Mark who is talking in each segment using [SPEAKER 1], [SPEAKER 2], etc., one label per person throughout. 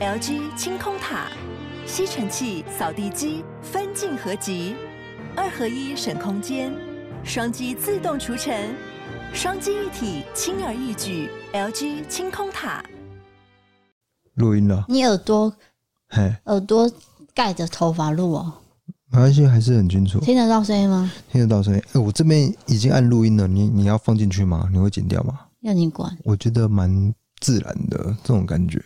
[SPEAKER 1] LG 清空塔、吸尘器、扫地机分镜合集，二合一省空间，双击自动除尘，双击一体轻而易举。LG 清空塔。
[SPEAKER 2] 录音了，
[SPEAKER 3] 你耳朵
[SPEAKER 2] 嘿，
[SPEAKER 3] 耳朵盖着头发录哦，
[SPEAKER 2] 嗯没关系，还是很清楚，
[SPEAKER 3] 听得到声音吗？
[SPEAKER 2] 听得到声音。哎、我这边已经按录音了，你你要放进去吗？你会剪掉吗？
[SPEAKER 3] 要你管，
[SPEAKER 2] 我觉得蛮自然的这种感觉，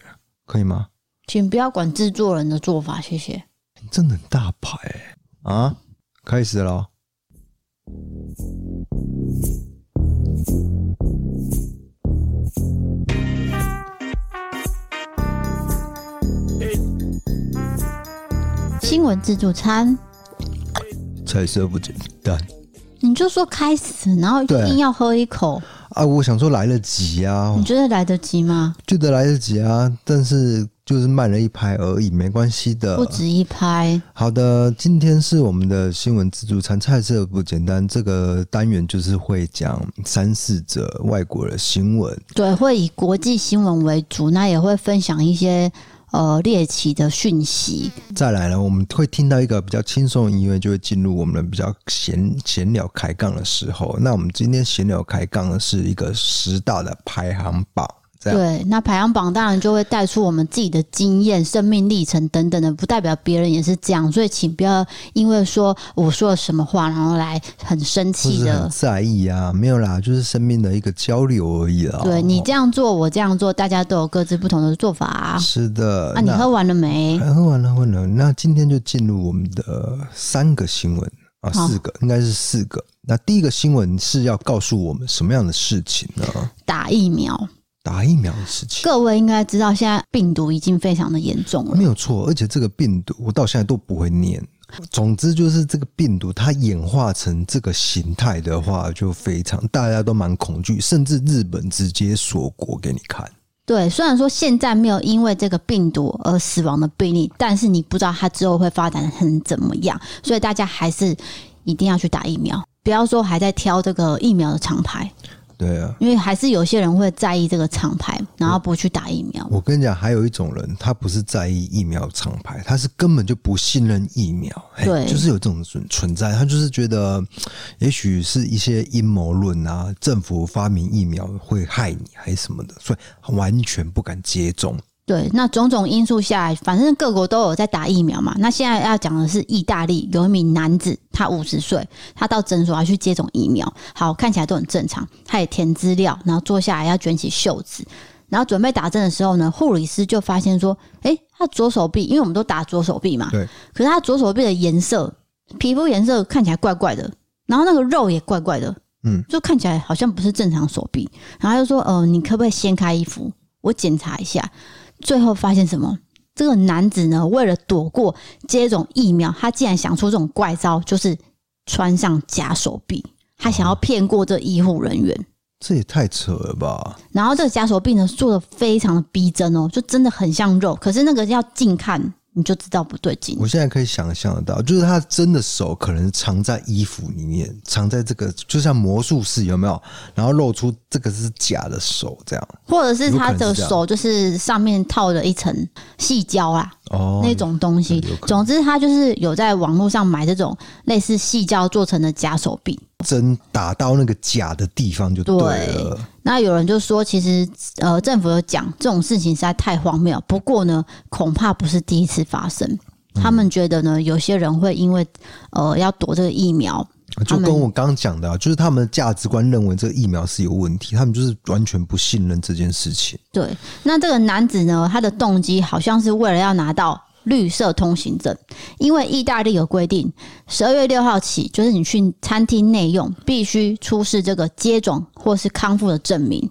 [SPEAKER 2] 可以吗？
[SPEAKER 3] 请不要管制作人的做法，谢谢。
[SPEAKER 2] 你真的很大牌、欸、啊！开始了哦，
[SPEAKER 3] 新闻自助餐，
[SPEAKER 2] 彩色不简单
[SPEAKER 3] 你就说开始，然后
[SPEAKER 2] 对
[SPEAKER 3] 硬要喝一口，
[SPEAKER 2] 啊！我想说来得及啊
[SPEAKER 3] 你，觉得来得及吗？
[SPEAKER 2] 觉得来得及啊，但是就是慢了一拍而已，没关系的。
[SPEAKER 3] 不止一拍，
[SPEAKER 2] 好的，今天是我们的新闻自助餐，菜色不简单。这个单元就是会讲三四者外国的新闻，
[SPEAKER 3] 对，会以国际新闻为主，那也会分享一些呃猎奇的讯息。
[SPEAKER 2] 再来呢，我们会听到一个比较轻松的音乐，就会进入我们的比较闲闲聊开杠的时候。那我们今天闲聊开杠的是一个十大的排行榜，这样
[SPEAKER 3] 对，那排行榜当然就会带出我们自己的经验、生命历程等等的，不代表别人也是这样，所以请不要因为说我说了什么话，然后来很生
[SPEAKER 2] 不
[SPEAKER 3] 气
[SPEAKER 2] 是很
[SPEAKER 3] 的。
[SPEAKER 2] 在意啊，没有啦，就是生命的一个交流而已啦。啊哦
[SPEAKER 3] 对你这样做，我这样做，大家都有各自不同的做法 啊。
[SPEAKER 2] 是的，
[SPEAKER 3] 啊你
[SPEAKER 2] 那
[SPEAKER 3] 喝完了没？
[SPEAKER 2] 还哎喝完了，喝完了。那今天就进入我们的三个新闻啊，
[SPEAKER 3] 好
[SPEAKER 2] 四个应该是四个。那第一个新闻是要告诉我们什么样的事情呢？
[SPEAKER 3] 打疫苗，
[SPEAKER 2] 打疫苗的事情，
[SPEAKER 3] 各位应该知道，现在病毒已经非常的严重了
[SPEAKER 2] 没。有错。而且这个病毒我到现在都不会念。总之就是这个病毒它演化成这个形态的话，就非常大家都蛮恐惧，甚至日本直接锁国给你看。
[SPEAKER 3] 对，虽然说现在没有因为这个病毒而死亡的病例，但是你不知道它之后会发展成怎么样，所以大家还是一定要去打疫苗，不要说还在挑这个疫苗的厂牌，
[SPEAKER 2] 对啊，
[SPEAKER 3] 因为还是有些人会在意这个厂牌，然后不去打疫苗。
[SPEAKER 2] 我跟你讲，还有一种人，他不是在意疫苗厂牌，他是根本就不信任疫苗，嘿
[SPEAKER 3] 对
[SPEAKER 2] 就是有这种存存在，他就是觉得，嗯也许是一些阴谋论啊，政府发明疫苗会害你还是什么的，所以完全不敢接种。
[SPEAKER 3] 对，那种种因素下来，反正各国都有在打疫苗嘛。那现在要讲的是意大利有一名男子，他五十岁，他到诊所要去接种疫苗，好看起来都很正常，他也填资料，然后坐下来要卷起袖子，然后准备打针的时候呢，护理师就发现说，诶，他左手臂，因为我们都打左手臂嘛，
[SPEAKER 2] 对，
[SPEAKER 3] 可是他左手臂的颜色，皮肤颜色看起来怪怪的，然后那个肉也怪怪的，
[SPEAKER 2] 嗯，
[SPEAKER 3] 就看起来好像不是正常手臂。然后他就说，呃，你可不可以掀开衣服，我检查一下。最后发现什么？这个男子呢，为了躲过接种疫苗，他竟然想出这种怪招，就是穿上假手臂，他想要骗过这医护人员。
[SPEAKER 2] 这也太扯了吧！
[SPEAKER 3] 然后这个假手臂呢，做的非常的逼真哦，就真的很像肉。可是那个要近看，你就知道不对劲
[SPEAKER 2] 我。现在可以想象得到，就是他真的手可能藏在衣服里面，藏在这个就像魔术师有没有？然后露出这个是假的手这样
[SPEAKER 3] 或者是
[SPEAKER 2] 有
[SPEAKER 3] 他
[SPEAKER 2] 可能
[SPEAKER 3] 的
[SPEAKER 2] 是这样
[SPEAKER 3] 手就是上面套了一层细胶啦，
[SPEAKER 2] 哦，
[SPEAKER 3] 那种东西
[SPEAKER 2] 有可能。
[SPEAKER 3] 总之，他就是有在网络上买这种类似细胶做成的假手臂。
[SPEAKER 2] 针打到那个假的地方就对了。
[SPEAKER 3] 那有人就说，其实呃，政府有讲这种事情实在太荒谬。不过呢，恐怕不是第一次发生。他们觉得呢，有些人会因为呃要躲这个疫苗，
[SPEAKER 2] 就
[SPEAKER 3] 他们
[SPEAKER 2] 跟我刚刚讲的、啊，就是他们的价值观认为这个疫苗是有问题，他们就是完全不信任这件事情。
[SPEAKER 3] 对，那这个男子呢，他的动机好像是为了要拿到绿色通行证，因为意大利有规定，十二月六号起，就是你去餐厅内用，必须出示这个接种或是康复的证明。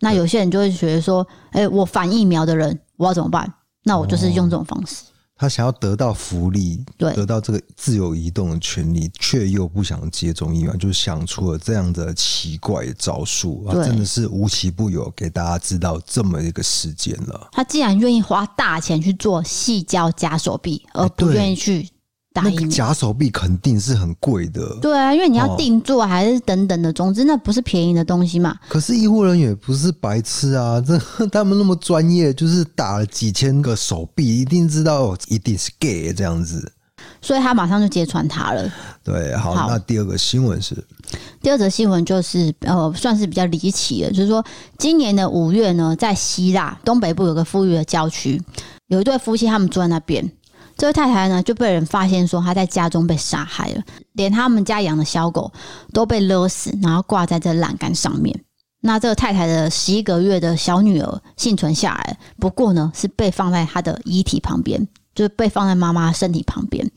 [SPEAKER 3] 那有些人就会觉得说，哎、我反疫苗的人，我要怎么办？那我就是用这种方式。
[SPEAKER 2] 他想要得到福利，
[SPEAKER 3] 对
[SPEAKER 2] 得到这个自由移动的权利，却又不想接种疫苗，就想出了这样的奇怪的招数啊！
[SPEAKER 3] 对
[SPEAKER 2] 真的是无奇不有，给大家知道这么一个事件了。
[SPEAKER 3] 他既然愿意花大钱去做细胶假手臂，而不
[SPEAKER 2] 哎对
[SPEAKER 3] 愿意去打
[SPEAKER 2] 那
[SPEAKER 3] 疫
[SPEAKER 2] 个
[SPEAKER 3] 苗。
[SPEAKER 2] 假手臂肯定是很贵的。
[SPEAKER 3] 对啊，因为你要
[SPEAKER 2] 哦
[SPEAKER 3] 定做还是等等的，总之那不是便宜的东西嘛。
[SPEAKER 2] 可是医护人员也不是白痴啊， 这他们那么专业，就是打了几千个手臂，一定知道哦一定是 gay 这样子。
[SPEAKER 3] 所以他马上就揭穿他了。
[SPEAKER 2] 对，好，
[SPEAKER 3] 好
[SPEAKER 2] 那第二个新闻是
[SPEAKER 3] 第二则新闻就是呃，算是比较离奇的，就是说今年的五月呢，在希腊东北部有个富裕的郊区，有一对夫妻他们住在那边。这位太太呢就被人发现说她在家中被杀害了，连他们家养的小狗都被勒死，然后挂在这栏杆上面。那这个太太的十一个月的小女儿幸存下来，不过呢是被放在她的遗体旁边，就是被放在妈妈身体旁边。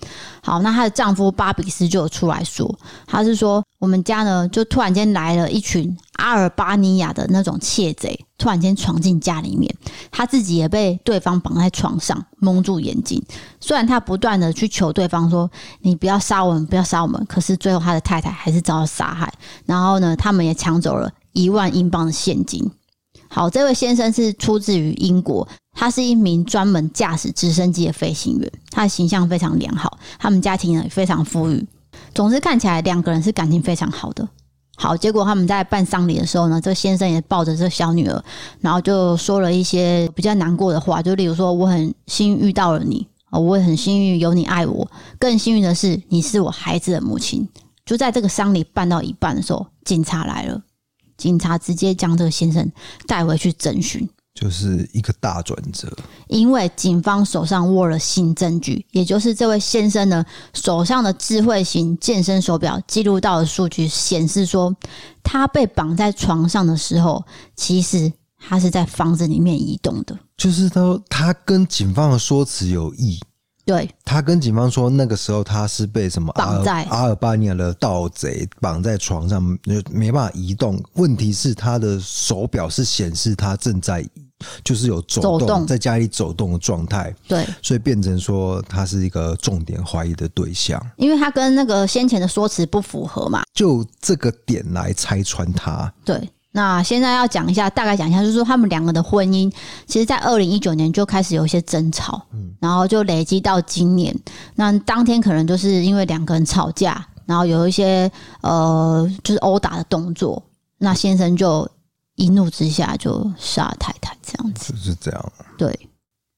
[SPEAKER 3] 好，那她的丈夫巴比斯就有出来说，他是说我们家呢，就突然间来了一群阿尔巴尼亚的那种窃贼，突然间闯进家里面，他自己也被对方绑在床上，蒙住眼睛。虽然他不断的去求对方说你不要杀我们，不要杀我们，可是最后他的太太还是遭到杀害。然后呢，他们也抢走了一万英镑的现金。好，这位先生是出自于英国，他是一名专门驾驶直升机的飞行员，他的形象非常良好，他们家庭呢也非常富裕。总之看起来两个人是感情非常好的。好，结果他们在办丧礼的时候呢，这先生也抱着这小女儿，然后就说了一些比较难过的话，就例如说我很幸运遇到了你，哦我也很幸运有你爱我，更幸运的是你是我孩子的母亲。就在这个丧礼办到一半的时候，警察来了，警察直接将这个先生带回去侦讯。
[SPEAKER 2] 就是一个大转折，
[SPEAKER 3] 因为警方手上握了新证据，也就是这位先生呢手上的智慧型健身手表记录到的数据显示说，他被绑在床上的时候，其实他是在房子里面移动的。
[SPEAKER 2] 就是他他跟警方的说辞有异。
[SPEAKER 3] 对
[SPEAKER 2] 他跟警方说，那个时候他是被什么阿
[SPEAKER 3] 绑
[SPEAKER 2] 尔
[SPEAKER 3] 在
[SPEAKER 2] 阿尔巴尼亚的盗贼绑在床上，没没办法移动。问题是他的手表是显示他正在就是有走动，
[SPEAKER 3] 走动
[SPEAKER 2] 在家里走动的状态，
[SPEAKER 3] 对，
[SPEAKER 2] 所以变成说他是一个重点怀疑的对象。
[SPEAKER 3] 因为他跟那个先前的说辞不符合嘛。
[SPEAKER 2] 就这个点来拆穿他，
[SPEAKER 3] 对，那现在要讲一下，大概讲一下，就是说他们两个的婚姻，其实在二零一九年就开始有一些争吵，然后就累积到今年。那当天可能就是因为两个人吵架，然后有一些呃，就是殴打的动作，那先生就一怒之下就杀了太太这样子。
[SPEAKER 2] 就是这样。
[SPEAKER 3] 对。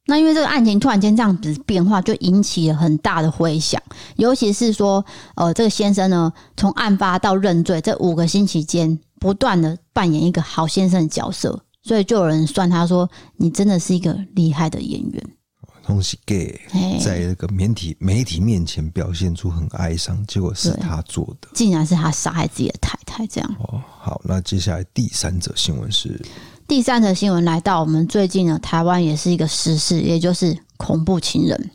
[SPEAKER 3] 那因为这个案情突然间这样子变化，就引起了很大的回响，尤其是说，呃，这个先生呢，从案发到认罪这五个星期间，不断的扮演一个好先生的角色，所以就有人算他说，你真的是一个厉害的演员。
[SPEAKER 2] 东西 gay
[SPEAKER 3] 哎，
[SPEAKER 2] 在那个媒体媒体面前表现出很哀伤，结果是
[SPEAKER 3] 对
[SPEAKER 2] 他做的。
[SPEAKER 3] 竟然是他杀害自己的太太，这样。
[SPEAKER 2] 哦，好，那接下来第三则新闻是
[SPEAKER 3] 第三则新闻来到我们最近呢，台湾也是一个时事，也就是恐怖情人。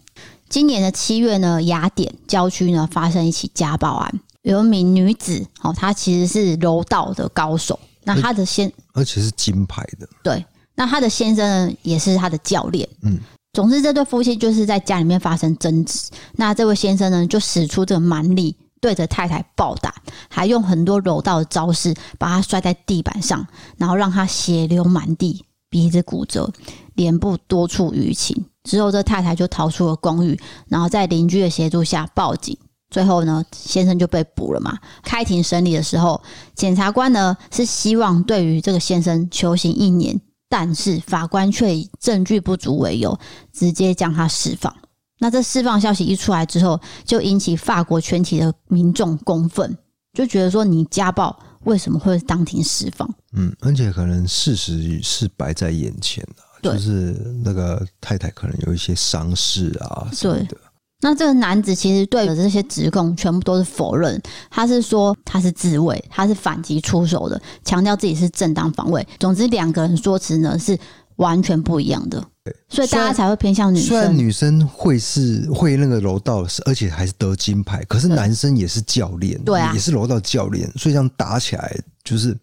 [SPEAKER 3] 今年的七月呢，雅典郊区呢发生一起家暴案，有一名女子，哦，她其实是柔道的高手，那她的先
[SPEAKER 2] 而且是金牌的，
[SPEAKER 3] 对，那她的先生呢也是她的教练，
[SPEAKER 2] 嗯。
[SPEAKER 3] 总之，这对夫妻就是在家里面发生争执。那这位先生呢，就使出这个蛮力，对着太太暴打，还用很多柔道的招式把她摔在地板上，然后让她血流满地，鼻子骨折，脸部多处淤青。之后，这太太就逃出了公寓，然后在邻居的协助下报警。最后呢，先生就被捕了嘛。开庭审理的时候，检察官呢是希望对于这个先生求刑一年，但是法官却以证据不足为由，直接将他释放。那这释放消息一出来之后，就引起法国全体的民众公愤，就觉得说你家暴为什么会当庭释放？
[SPEAKER 2] 嗯，而且可能事实是摆在眼前的、
[SPEAKER 3] 对
[SPEAKER 2] 就是那个太太可能有一些伤势啊什么的，
[SPEAKER 3] 那这个男子其实对的这些指控全部都是否认，他是说他是自卫，他是反击出手的，强调自己是正当防卫。总之，两个人说辞呢是完全不一样的，所以大家才会偏向女
[SPEAKER 2] 虽然
[SPEAKER 3] 生。
[SPEAKER 2] 女生会是会那个柔道，而且还是得金牌，可是
[SPEAKER 3] 对
[SPEAKER 2] 男生也是教练，
[SPEAKER 3] 对啊
[SPEAKER 2] 也是柔道教练，所以这样打起来就是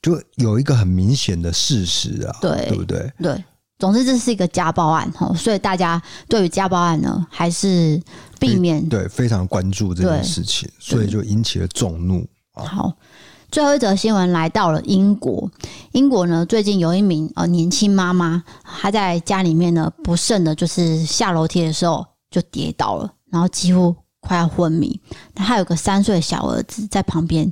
[SPEAKER 2] 就有一个很明显的事实啊，
[SPEAKER 3] 对
[SPEAKER 2] 对不对？
[SPEAKER 3] 对，总之这是一个家暴案哦，所以大家对于家暴案呢，还是避免
[SPEAKER 2] 对非常关注这件
[SPEAKER 3] 对
[SPEAKER 2] 事情，所以就引起了众怒。
[SPEAKER 3] 好，最后一则新闻来到了英国。英国呢，最近有一名呃年轻妈妈，她在家里面呢不慎的，就是下楼梯的时候就跌倒了，然后几乎快要昏迷。那他有个三岁的小儿子在旁边，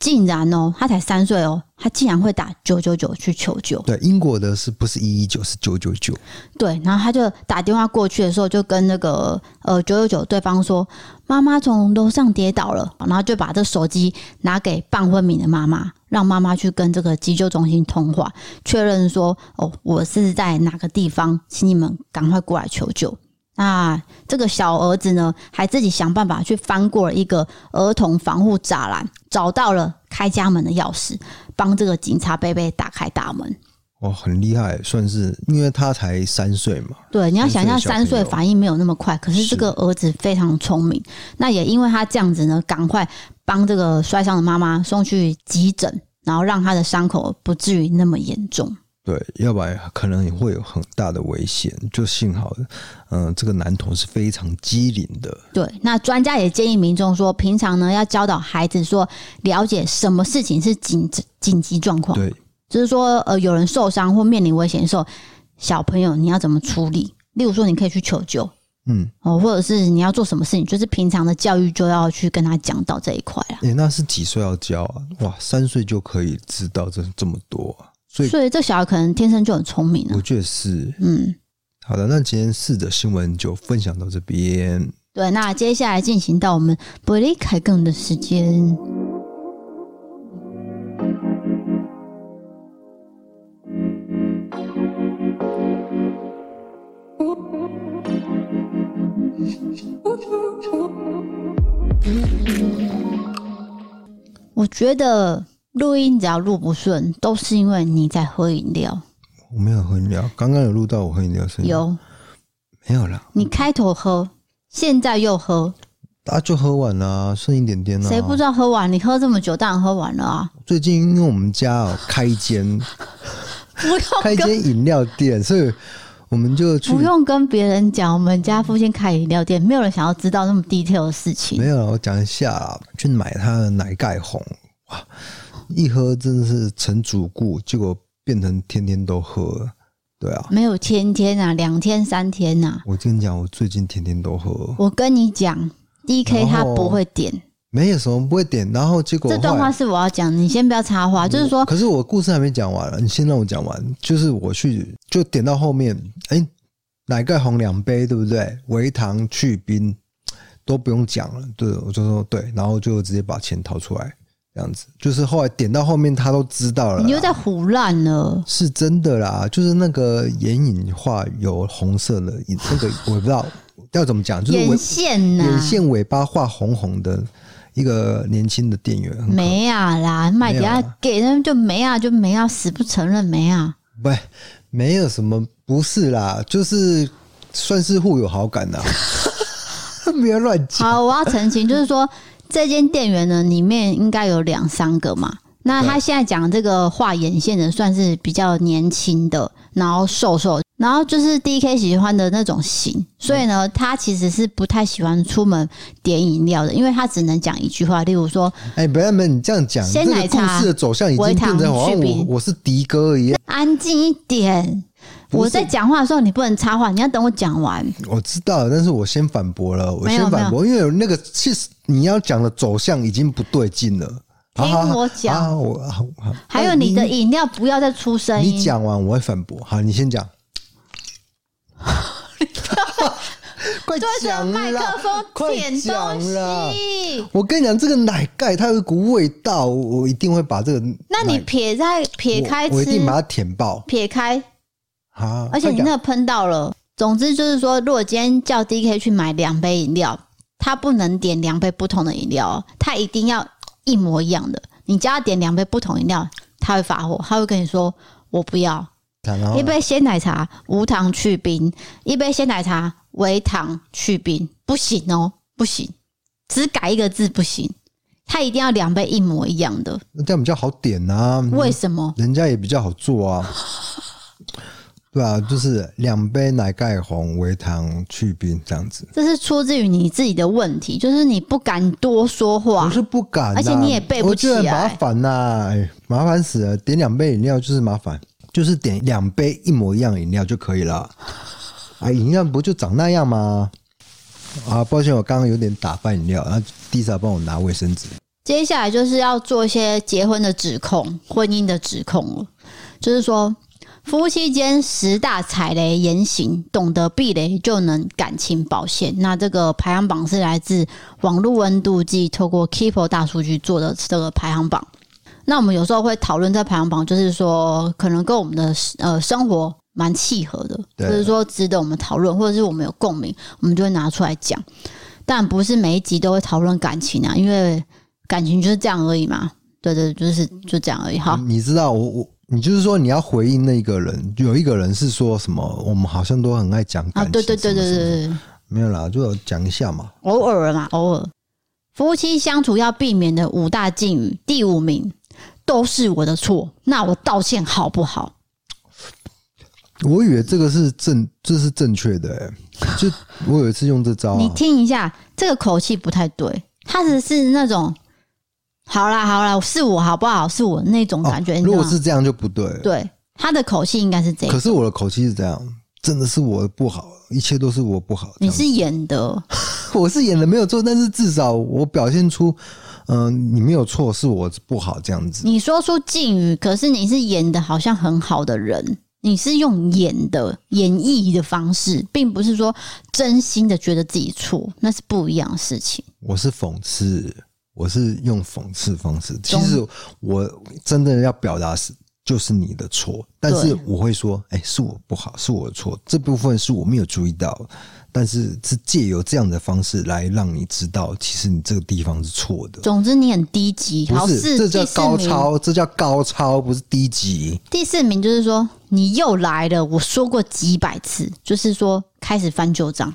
[SPEAKER 3] 竟然哦，他才三岁哦，他竟然会打九九九去求救。
[SPEAKER 2] 对，英国的是不是一一九是九九九？
[SPEAKER 3] 对，然后他就打电话过去的时候，就跟那个呃九九九对方说，妈妈从楼上跌倒了，然后就把这手机拿给半昏迷的妈妈，让妈妈去跟这个急救中心通话，确认说哦，我是在哪个地方，请你们赶快过来求救。那这个小儿子呢，还自己想办法去翻过了一个儿童防护栅栏，找到了开家门的钥匙，帮这个警察贝贝打开大门。
[SPEAKER 2] 哦，很厉害，算是因为他才三岁嘛。
[SPEAKER 3] 对，你要想一下，
[SPEAKER 2] 三
[SPEAKER 3] 三
[SPEAKER 2] 岁的小朋友
[SPEAKER 3] 岁反应没有那么快，可是
[SPEAKER 2] 是
[SPEAKER 3] 这个儿子非常聪明。那也因为他这样子呢，赶快帮这个摔伤的妈妈送去急诊，然后让他的伤口不至于那么严重。
[SPEAKER 2] 对，要不然可能也会有很大的危险。就幸好，嗯、这个男童是非常机灵的，
[SPEAKER 3] 对，那专家也建议民众说，平常呢要教导孩子说，了解什么事情是紧紧急状况，
[SPEAKER 2] 对，
[SPEAKER 3] 就是说，呃，有人受伤或面临危险的时候，小朋友你要怎么处理？例如说，你可以去求救
[SPEAKER 2] 嗯，
[SPEAKER 3] 哦，或者是你要做什么事情，就是平常的教育就要去跟他讲到这一块啦。
[SPEAKER 2] 诶、那是几岁要教啊？哇，三岁就可以知道这这么多啊、所以
[SPEAKER 3] 所以这小孩可能天生就很聪明啊
[SPEAKER 2] 我。觉得是
[SPEAKER 3] 嗯，
[SPEAKER 2] 好的。那今天四则新闻就分享到这边。
[SPEAKER 3] 对。那接下来进行到我们不离开更的时间。我觉得录音只要录不顺，都是因为你在喝饮料。
[SPEAKER 2] 我没有喝饮料，刚刚有录到我喝饮料声音，
[SPEAKER 3] 有，
[SPEAKER 2] 没有啦？
[SPEAKER 3] 你开头喝，现在又喝，
[SPEAKER 2] 大家就喝完啦、剩一点点啦、
[SPEAKER 3] 谁不知道喝完？你喝这么久，当然喝完 了啊！
[SPEAKER 2] 最近因为我们家哦开一间
[SPEAKER 3] 不用
[SPEAKER 2] 开一
[SPEAKER 3] 跟
[SPEAKER 2] 间饮料店，所以我们就去
[SPEAKER 3] 不用跟别人讲，我们家附近开饮料店，没有人想要知道那么 detail 的事情
[SPEAKER 2] 没。有啦，我讲一下啦去买它的奶盖红，哇，一喝真的是成主顾，结果变成天天都喝。对啊，
[SPEAKER 3] 没有天天啊，两天三天啊。
[SPEAKER 2] 我跟你讲，我最近天天都喝，
[SPEAKER 3] 我跟你讲，D K
[SPEAKER 2] 然
[SPEAKER 3] 他
[SPEAKER 2] 后
[SPEAKER 3] 不会点
[SPEAKER 2] 没有什么哦不会点，然后结果
[SPEAKER 3] 这段
[SPEAKER 2] 后
[SPEAKER 3] 话
[SPEAKER 2] 来
[SPEAKER 3] 是我要讲，你先不要插话，就是说
[SPEAKER 2] 可是我故事还没讲完啊你先让我讲完。就是我去就点到后面，哎、奶盖红两杯，对不对？微糖去冰都不用讲了，对，我就说对，然后就直接把钱掏出来，这样子。就是后来点到后面，他都知道了啦，
[SPEAKER 3] 你又在胡乱了。
[SPEAKER 2] 是真的啦，就是那个眼影画有红色的，那个我不知道要怎么讲，就是尾
[SPEAKER 3] 眼线呐、
[SPEAKER 2] 眼线尾巴画红红的一个年轻的店员，很可
[SPEAKER 3] 没啊啦，卖给
[SPEAKER 2] 没
[SPEAKER 3] 他
[SPEAKER 2] 有啊
[SPEAKER 3] 给人就没啊，就没啊，死不承认没啊。
[SPEAKER 2] 不，没有什么，不是啦，就是算是互有好感啦。 不要乱讲，
[SPEAKER 3] 好，我要澄清，就是说这间店员呢，里面应该有两三个嘛。那他现在讲这个画眼线的，算是比较年轻的，然后瘦瘦，然后就是 D K 喜欢的那种型，所以
[SPEAKER 2] 嗯
[SPEAKER 3] 呢，他其实是不太喜欢出门点饮料的，因为他只能讲一句话，例如说
[SPEAKER 2] 哎、不要们，你这样讲，这
[SPEAKER 3] 鲜
[SPEAKER 2] 个
[SPEAKER 3] 奶
[SPEAKER 2] 故
[SPEAKER 3] 茶
[SPEAKER 2] 事的走向已经
[SPEAKER 3] 微
[SPEAKER 2] 变
[SPEAKER 3] 糖
[SPEAKER 2] 成好像
[SPEAKER 3] 去
[SPEAKER 2] 我
[SPEAKER 3] 冰
[SPEAKER 2] 我是迪哥一样。
[SPEAKER 3] 安静一点。
[SPEAKER 2] 不是
[SPEAKER 3] 我在讲话的时候，你不能插话，你要等我讲完。
[SPEAKER 2] 我知道，但是我先反驳了，我
[SPEAKER 3] 没有
[SPEAKER 2] 先反驳，因为那个其实你要讲的走向已经不对劲了。好好
[SPEAKER 3] 听
[SPEAKER 2] 好
[SPEAKER 3] 我讲
[SPEAKER 2] 啊，我好好。
[SPEAKER 3] 还有你的饮料不要再出声音
[SPEAKER 2] 你，讲完我会反驳。好，你先 讲。快
[SPEAKER 3] 对着
[SPEAKER 2] 讲
[SPEAKER 3] 麦克
[SPEAKER 2] 啦！
[SPEAKER 3] 风
[SPEAKER 2] 快
[SPEAKER 3] 舔
[SPEAKER 2] 讲
[SPEAKER 3] 东
[SPEAKER 2] 啦
[SPEAKER 3] 西。
[SPEAKER 2] 我跟你讲，这个奶盖它有一股味道，我我一定会把这个奶。
[SPEAKER 3] 那你撇在撇开
[SPEAKER 2] 我，我一定把它
[SPEAKER 3] 吃，
[SPEAKER 2] 舔爆
[SPEAKER 3] 撇开，
[SPEAKER 2] 啊！
[SPEAKER 3] 而且你
[SPEAKER 2] 快
[SPEAKER 3] 那
[SPEAKER 2] 讲
[SPEAKER 3] 个喷到了。总之就是说，如果今天叫 D K 去买两杯饮料，他不能点两杯不同的饮料哦，他一定要一模一样的。你叫他点两杯不同饮料，他会发火，他会跟你说：“我不
[SPEAKER 2] 哦
[SPEAKER 3] 要
[SPEAKER 2] 然后
[SPEAKER 3] 一杯鲜奶茶无糖去冰，一杯鲜奶茶微糖去冰，不行哦，不行，只改一个字不行，他一定要两杯一模一样的。
[SPEAKER 2] 那这样比较好点啊。
[SPEAKER 3] 为什么？
[SPEAKER 2] 人家也比较好做 啊。对啊，就是两杯奶盖红微糖去冰这样子，
[SPEAKER 3] 这是出自于你自己的问题，就是你不敢多说
[SPEAKER 2] 我
[SPEAKER 3] 话。
[SPEAKER 2] 是不敢、啊，
[SPEAKER 3] 而且你也背不起来
[SPEAKER 2] 我觉得很麻烦呐、哎麻烦死了。点两杯饮料就是麻烦，就是点两 杯一模一样饮料就可以了。啊，饮料不就长那样吗？啊，抱歉，我刚刚有点打翻饮料，然后 Disa 帮我拿卫生纸。
[SPEAKER 3] 接下来就是要做一些结婚的指控、婚姻的指控了，就是说夫妻间十大踩雷言行，懂得避雷就能感情保鲜。那这个排行榜是来自网络温度计透过 Keepo 大数据做的这个排行榜。那我们有时候会讨论这排行榜，就是说可能跟我们的呃生活蛮契合的，
[SPEAKER 2] 对
[SPEAKER 3] 或者说值得我们讨论，或者是我们有共鸣，我们就会拿出来讲。但不是每一集都会讨论感情啊，因为感情就是这样而已嘛。对对，就是就这样而已。好，
[SPEAKER 2] 你知道我我你就是说你要回应那个人，有一个人是说什么？我们好像都很爱讲感
[SPEAKER 3] 啊，
[SPEAKER 2] 情，
[SPEAKER 3] 对对对对
[SPEAKER 2] 什么什么
[SPEAKER 3] 对对，
[SPEAKER 2] 没有啦，就讲一下嘛。
[SPEAKER 3] 偶尔嘛，偶尔。夫妻相处要避免的五大禁语，第五名都是我的错，那我道歉好不好？
[SPEAKER 2] 我以为这个是正，这是正确的、欸，就我有一次用这招、
[SPEAKER 3] 你
[SPEAKER 2] 啊，
[SPEAKER 3] 听一下，这个口气不太对，他只是那种好啦好啦，是我好不好？是我那种感觉。
[SPEAKER 2] 哦
[SPEAKER 3] 你知
[SPEAKER 2] 如
[SPEAKER 3] 道
[SPEAKER 2] 果
[SPEAKER 3] 吗
[SPEAKER 2] 是这样就不对了。
[SPEAKER 3] 对他的口气应该是这样
[SPEAKER 2] 可，是我的口气是这样，真的是我的不好，一切都是我不好。这
[SPEAKER 3] 你
[SPEAKER 2] 样
[SPEAKER 3] 是演的，
[SPEAKER 2] 我是演的没有错，但是至少我表现出，嗯、你没有错，是我不好这样子。
[SPEAKER 3] 你说出敬语，可是你是演的好像很好的人，你是用演的演绎的方式，并不是说真心的觉得自己错，那是不一样的事情。
[SPEAKER 2] 我是讽刺，我是用讽刺方式。其实我真的要表达是。就是你的错，但是
[SPEAKER 3] 对
[SPEAKER 2] 我会说，哎、是我不好，是我的错，这部分是我没有注意到，但是是借由这样的方式来让你知道，其实你这个地方是错的，
[SPEAKER 3] 总之，你很低级。好，
[SPEAKER 2] 不
[SPEAKER 3] 四
[SPEAKER 2] 是，这叫
[SPEAKER 3] 第四
[SPEAKER 2] 高
[SPEAKER 3] 名，
[SPEAKER 2] 超，这叫高超，不是低级。
[SPEAKER 3] 第四名就是说你又来了，我说过几百次，就是说开始翻旧账，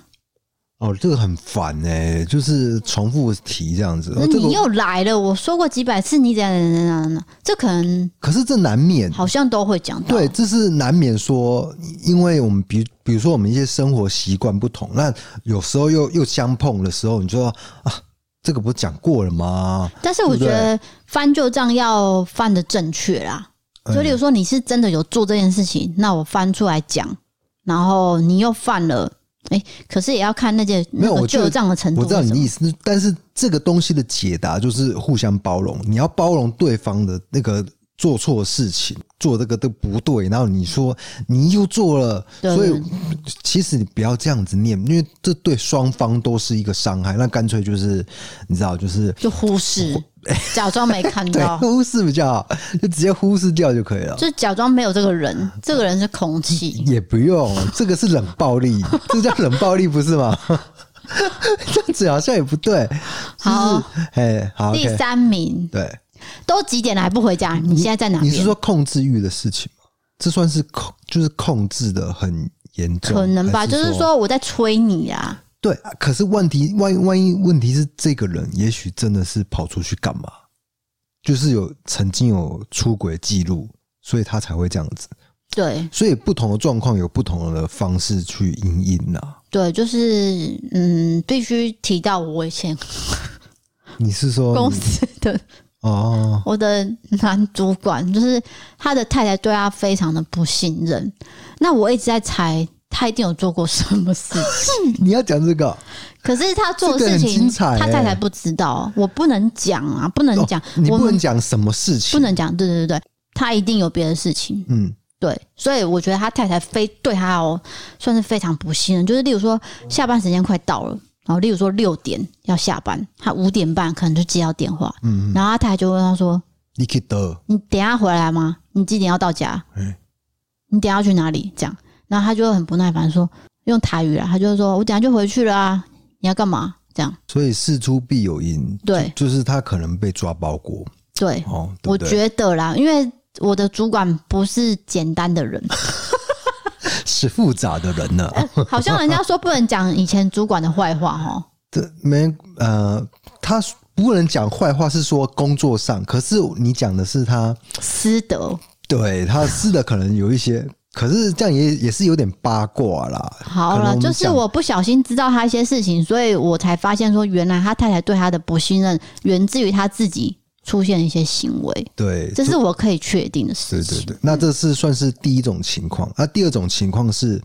[SPEAKER 2] 哦，这个很烦哎、就是重复提这样子。
[SPEAKER 3] 那
[SPEAKER 2] 哦这个
[SPEAKER 3] 你又来了，我说过几百次，你怎样怎样怎样怎样，这可能
[SPEAKER 2] 可是这难免，
[SPEAKER 3] 好像都会讲到。
[SPEAKER 2] 对，这是难免说，因为我们比比如说我们一些生活习惯不同，那有时候又又相碰的时候，你就说啊，这个不是讲过了吗？
[SPEAKER 3] 但是我
[SPEAKER 2] 对
[SPEAKER 3] 觉
[SPEAKER 2] 不对
[SPEAKER 3] 得翻旧账要翻的正确啦。
[SPEAKER 2] 嗯
[SPEAKER 3] 就例如说，你是真的有做这件事情，那我翻出来讲，然后你又犯了，哎、可是也要看那件
[SPEAKER 2] 没
[SPEAKER 3] 那
[SPEAKER 2] 有
[SPEAKER 3] 个
[SPEAKER 2] 我觉
[SPEAKER 3] 旧
[SPEAKER 2] 得
[SPEAKER 3] 账的程度
[SPEAKER 2] 我
[SPEAKER 3] 是
[SPEAKER 2] 知道
[SPEAKER 3] 什么。
[SPEAKER 2] 你的意思，但是这个东西的解答就是互相包容，你要包容对方的那个做错事情，做这个都不对，然后你说你又做了，
[SPEAKER 3] 对
[SPEAKER 2] 所以其实你不要这样子念，因为这对双方都是一个伤害。那干脆就是你知道，就是
[SPEAKER 3] 就忽 视，假装没看
[SPEAKER 2] 对
[SPEAKER 3] 到，
[SPEAKER 2] 忽视比较好，就直接忽视掉就可以了。
[SPEAKER 3] 就假装没哦有这个
[SPEAKER 2] 嗯
[SPEAKER 3] 人，这个人是空气。
[SPEAKER 2] 也不用，这个是冷暴力，这叫冷暴力不是吗？ 这样子好像也不对，
[SPEAKER 3] 好，
[SPEAKER 2] 哎，好
[SPEAKER 3] 第
[SPEAKER 2] OK，
[SPEAKER 3] 三名，
[SPEAKER 2] 对。
[SPEAKER 3] 都几点了还不回家？你现在在哪
[SPEAKER 2] 你是
[SPEAKER 3] 边？
[SPEAKER 2] 说控制欲的事情吗？这算是控，就是控制的很严重，
[SPEAKER 3] 可能吧，
[SPEAKER 2] 还
[SPEAKER 3] 就是说我在催你啊。
[SPEAKER 2] 对。啊可是问题，万一万一问题是这个人，也许真的是跑出去干嘛？就是有曾经有出轨记录，所以他才会这样子。
[SPEAKER 3] 对
[SPEAKER 2] 所以不同的状况有不同的方式去因应啊呐。
[SPEAKER 3] 对，就是嗯，必须提到我以前
[SPEAKER 2] 你是说
[SPEAKER 3] 公
[SPEAKER 2] 嗯
[SPEAKER 3] 司的
[SPEAKER 2] 哦？
[SPEAKER 3] 我的男主管，就是他的太太对他非常的不信任。那我一直在猜，他一定有做过什么事情，
[SPEAKER 2] 你要讲这个哦？
[SPEAKER 3] 可是他做的
[SPEAKER 2] 这
[SPEAKER 3] 事
[SPEAKER 2] 个很
[SPEAKER 3] 情，
[SPEAKER 2] 精彩欸哦
[SPEAKER 3] 他太太不知道，我不能讲啊，不能讲，
[SPEAKER 2] 你
[SPEAKER 3] 我
[SPEAKER 2] 不能
[SPEAKER 3] 们
[SPEAKER 2] 讲什么事情？
[SPEAKER 3] 不能讲，对对对对，他一定有别的事情，
[SPEAKER 2] 嗯，
[SPEAKER 3] 对，所以我觉得他太太非对他哦，算是非常不信任。就是例如说，下班时间快到了，然后例如说六点要下班，他五点半可能就接到电话，
[SPEAKER 2] 嗯
[SPEAKER 3] 然后他太太就问他说：“
[SPEAKER 2] 你可以得
[SPEAKER 3] 你等一下回来吗？你几点要到家？
[SPEAKER 2] 嗯
[SPEAKER 3] 你等一下要去哪里？这样，然后他就会很不耐烦说，用台语啦，他就会说，我等一下就回去了啊，你要干嘛？这样，
[SPEAKER 2] 所以事出必有因，
[SPEAKER 3] 对
[SPEAKER 2] 就就是他可能被抓包裹
[SPEAKER 3] 对，
[SPEAKER 2] 哦，对不
[SPEAKER 3] 我
[SPEAKER 2] 对
[SPEAKER 3] 觉得啦，因为我的主管不是简单 的人，
[SPEAKER 2] 是复杂的人呢、
[SPEAKER 3] 好像人家说不能讲以前主管的坏话哦。
[SPEAKER 2] 这没呃，他不能讲坏话，是说工作上，可是你讲的是他
[SPEAKER 3] 私德。
[SPEAKER 2] 对他是的，可能有一些，可是这样也也是有点八卦啦。
[SPEAKER 3] 好
[SPEAKER 2] 可能
[SPEAKER 3] 了，
[SPEAKER 2] 我们
[SPEAKER 3] 就是
[SPEAKER 2] 讲
[SPEAKER 3] 我不小心知道他一些事情，所以我才发现说，原来他太太对他的不信任源自于他自己出现一些行为，
[SPEAKER 2] 对，
[SPEAKER 3] 这是我可以确定的
[SPEAKER 2] 对
[SPEAKER 3] 事
[SPEAKER 2] 对
[SPEAKER 3] 情。
[SPEAKER 2] 对，那这是算是第一种情况。那、第二种情况是，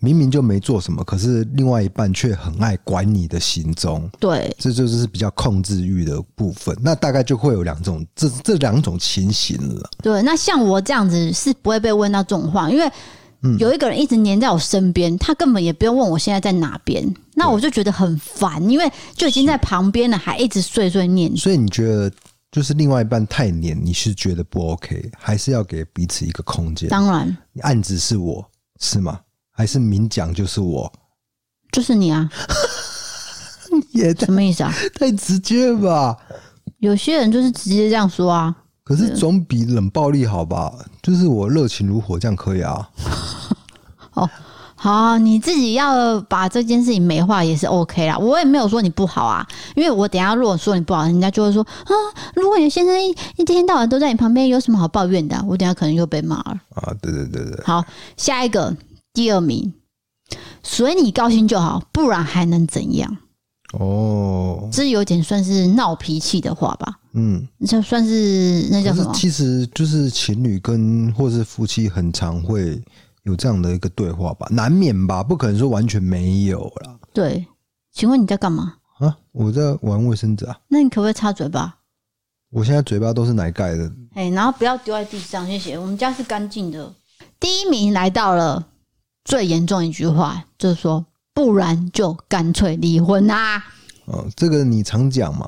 [SPEAKER 2] 明明就没做什么，可是另外一半却很爱管你的行踪，
[SPEAKER 3] 对
[SPEAKER 2] 这就是比较控制欲的部分。那大概就会有两种，这这两种情形了。
[SPEAKER 3] 对，那像我这样子是不会被问到这种话，因为有一个人一直黏在我身边，他根本也不用问我现在在哪边，那我就觉得很烦，因为就已经在旁边了，还一直碎碎念。
[SPEAKER 2] 所以你觉得，就是另外一半太黏，你是觉得不 OK，还是要给彼此一个空间？
[SPEAKER 3] 当然
[SPEAKER 2] 案子是我是吗？还是明讲就是我？
[SPEAKER 3] 就是你啊，
[SPEAKER 2] 也太
[SPEAKER 3] 什么意思啊？
[SPEAKER 2] 太直接了吧？
[SPEAKER 3] 有些人就是直接这样说啊，
[SPEAKER 2] 可是总比冷暴力好吧？就是我热情如火，这样可以啊。
[SPEAKER 3] 好啊，你自己要把这件事情美化也是 OK 啦，我也没有说你不好啊，因为我等一下如果说你不好，人家就会说啊，如果你先生一一天到晚都在你旁边，有什么好抱怨的啊、我等一下可能又被骂了。
[SPEAKER 2] 啊，对对对对，
[SPEAKER 3] 好，下一个第二名，随你高兴就好，不然还能怎样？
[SPEAKER 2] 哦，
[SPEAKER 3] 这有点算是闹脾气的话吧，
[SPEAKER 2] 嗯，
[SPEAKER 3] 这算是那叫
[SPEAKER 2] 可
[SPEAKER 3] 什
[SPEAKER 2] 是
[SPEAKER 3] 么？
[SPEAKER 2] 其实就是情侣跟或是夫妻很常会有这样的一个对话吧，难免吧，不可能说完全没有啦。
[SPEAKER 3] 对，请问你在干嘛？
[SPEAKER 2] 啊，我在玩卫生纸啊，
[SPEAKER 3] 那你可不可以擦嘴巴？
[SPEAKER 2] 我现在嘴巴都是奶盖的，
[SPEAKER 3] 哎、然后不要丢在地上，谢谢。我们家是干净的。第一名来到了最严重一句话，就是说，不然就干脆离婚啊啦、
[SPEAKER 2] 嗯、这个你常讲嘛，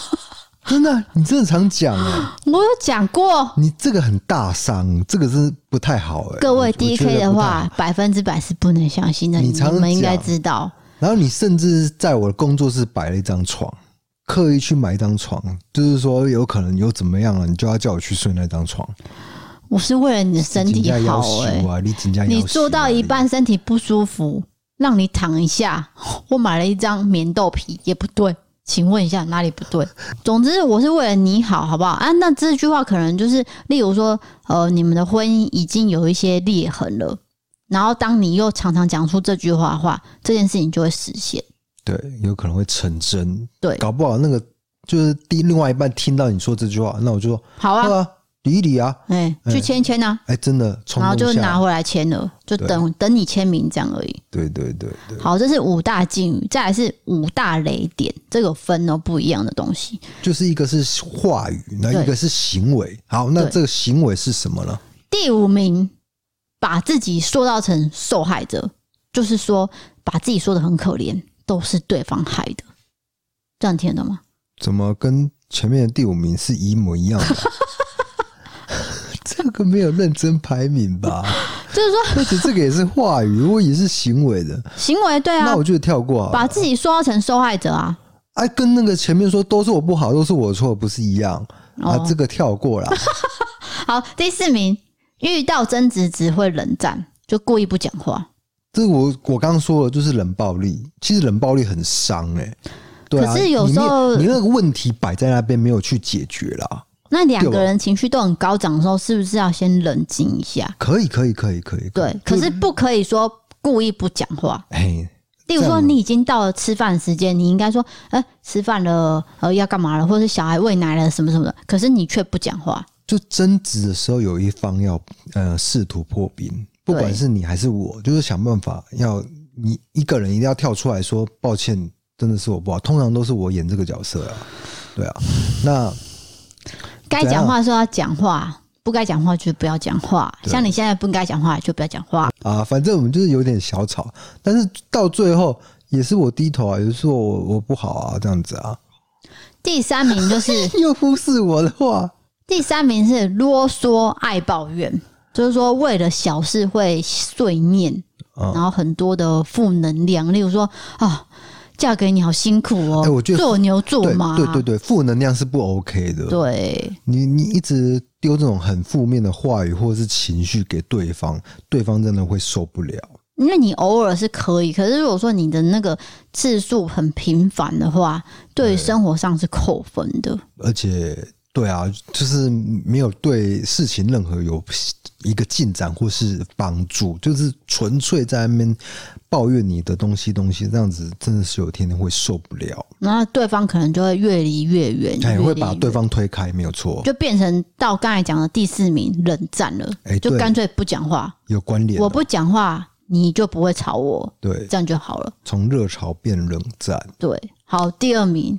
[SPEAKER 2] 真的，啊你真的常讲哎、
[SPEAKER 3] 我有讲过，
[SPEAKER 2] 你这个很大伤，这个是不太好哎、
[SPEAKER 3] 各位
[SPEAKER 2] 我我觉得
[SPEAKER 3] DK 的
[SPEAKER 2] 不太好
[SPEAKER 3] 话，百分之百是不能相信的，
[SPEAKER 2] 你
[SPEAKER 3] 你
[SPEAKER 2] 常
[SPEAKER 3] 们应该
[SPEAKER 2] 讲
[SPEAKER 3] 知道。
[SPEAKER 2] 然后你甚至在我的工作室摆了一张床，刻意去买一张床，就是说有可能有怎么样了，你就要叫我去睡那张床。
[SPEAKER 3] 我是为了你的身体好哎、
[SPEAKER 2] 哎、啊，你请假、
[SPEAKER 3] 你做到一，半身体不舒服，让你躺一下。我买了一张棉豆皮，也不对。请问一下哪里不 对？总之我是为了你好，好不好啊？那这句话可能就是，例如说，呃，你们的婚姻已经有一些裂痕了，然后当你又常常讲出这句话的话，这件事情就会实现。
[SPEAKER 2] 对，有可能会成真。
[SPEAKER 3] 对
[SPEAKER 2] 搞不好那个就是第另外一半听到你说这句话，那我就说
[SPEAKER 3] 好
[SPEAKER 2] 好
[SPEAKER 3] 啊，
[SPEAKER 2] 啊，理一理啊，
[SPEAKER 3] 哎、去签一签啊，
[SPEAKER 2] 哎、真的冲
[SPEAKER 3] 然后就
[SPEAKER 2] 动
[SPEAKER 3] 拿
[SPEAKER 2] 下，
[SPEAKER 3] 回来签了，就
[SPEAKER 2] 对
[SPEAKER 3] 等等你签名这样而已。
[SPEAKER 2] 对对对对，
[SPEAKER 3] 好，这是五大禁语，再来是五大雷点，这有分哦不一样的东西。
[SPEAKER 2] 就是一个是话语，那
[SPEAKER 3] 对
[SPEAKER 2] 一个是行为。好，那
[SPEAKER 3] 对
[SPEAKER 2] 这个行为是什么呢？
[SPEAKER 3] 第五名，把自己塑造成受害者，就是说把自己说的很可怜，都是对方害的，这样听得懂吗？
[SPEAKER 2] 怎么跟前面的第五名是一模一样 的啊？这个没有认真排名吧？
[SPEAKER 3] 就是说
[SPEAKER 2] 而且这个也是话语，如果也是行为的，
[SPEAKER 3] 行为对啊
[SPEAKER 2] 那我，就跳过好了
[SPEAKER 3] 把自己塑造成受害者啊，
[SPEAKER 2] 哎、跟那个前面说都是我不好，都是我错，不是一样、
[SPEAKER 3] 哦
[SPEAKER 2] 啊？这个跳过 啦。
[SPEAKER 3] 好，第四名，遇到争执只会冷战，就故意不讲话。
[SPEAKER 2] 这我我刚刚说了，就是冷暴力。其实冷暴力很伤哎、对啊，
[SPEAKER 3] 可是有
[SPEAKER 2] 你
[SPEAKER 3] 时候
[SPEAKER 2] 你那个问题摆在那边没有去解决啦。
[SPEAKER 3] 那两
[SPEAKER 2] 对
[SPEAKER 3] 个
[SPEAKER 2] 哦
[SPEAKER 3] 人情绪都很高涨的时候，是不是要先冷静一下？
[SPEAKER 2] 可以，可以，可以，可以。
[SPEAKER 3] 对，可是不可以说故意不讲话。
[SPEAKER 2] 哎，
[SPEAKER 3] 例如
[SPEAKER 2] 这
[SPEAKER 3] 说，
[SPEAKER 2] 样
[SPEAKER 3] 你已经到了吃饭时间，你应该说：“哎、吃饭了，呃，要干嘛了？”或者是小孩喂奶了，什么什么的。可是你却不讲话，
[SPEAKER 2] 就争执的时候，有一方要呃试图破冰，不管是你还是我，就是想办法要你一个人一定要跳出来说抱歉，真的是我不好。通常都是我演这个角色啊，对啊。那
[SPEAKER 3] 该
[SPEAKER 2] 怎样
[SPEAKER 3] 讲话的时候要讲话，不该讲话就不要讲话。
[SPEAKER 2] 对
[SPEAKER 3] 像你现在不该讲话就不要讲话，
[SPEAKER 2] 啊，反正我们就是有点小吵，但是到最后也是我低头啊，有时候我我不好啊，这样子啊，
[SPEAKER 3] 第三名就是
[SPEAKER 2] 又忽视我的话，
[SPEAKER 3] 第三名是啰嗦、爱抱怨，就是说为了小事会碎念，
[SPEAKER 2] 嗯
[SPEAKER 3] 然后很多的负能量。例如说啊，嫁给你好辛苦哦，
[SPEAKER 2] 哎我觉得
[SPEAKER 3] 做牛做
[SPEAKER 2] 对
[SPEAKER 3] 马，
[SPEAKER 2] 对对对，负能量是不 OK 的。
[SPEAKER 3] 对
[SPEAKER 2] 你你一直丢这种很负面的话语或者是情绪给对方，对方真的会受不了。
[SPEAKER 3] 因为你偶尔是可以，可是如果说你的那个次数很频繁的话，对于生活上是扣分的。
[SPEAKER 2] 而且对啊，就是没有对事情任何有一个进展或是帮助，就是纯粹在那边抱怨你的东西东西，这样子真的是有天天会受不了，
[SPEAKER 3] 然后对方可能就会越离越远，
[SPEAKER 2] 哎，
[SPEAKER 3] 越
[SPEAKER 2] 会
[SPEAKER 3] 离
[SPEAKER 2] 把
[SPEAKER 3] 越
[SPEAKER 2] 对方推开，没有错，
[SPEAKER 3] 就变成到刚才讲的第四名冷战了，
[SPEAKER 2] 哎
[SPEAKER 3] 就
[SPEAKER 2] 对
[SPEAKER 3] 干脆不讲话，
[SPEAKER 2] 有关联哦、
[SPEAKER 3] 我不讲话你就不会吵我，
[SPEAKER 2] 对，
[SPEAKER 3] 这样就好了。
[SPEAKER 2] 从热潮变冷战，
[SPEAKER 3] 对，好，第二名，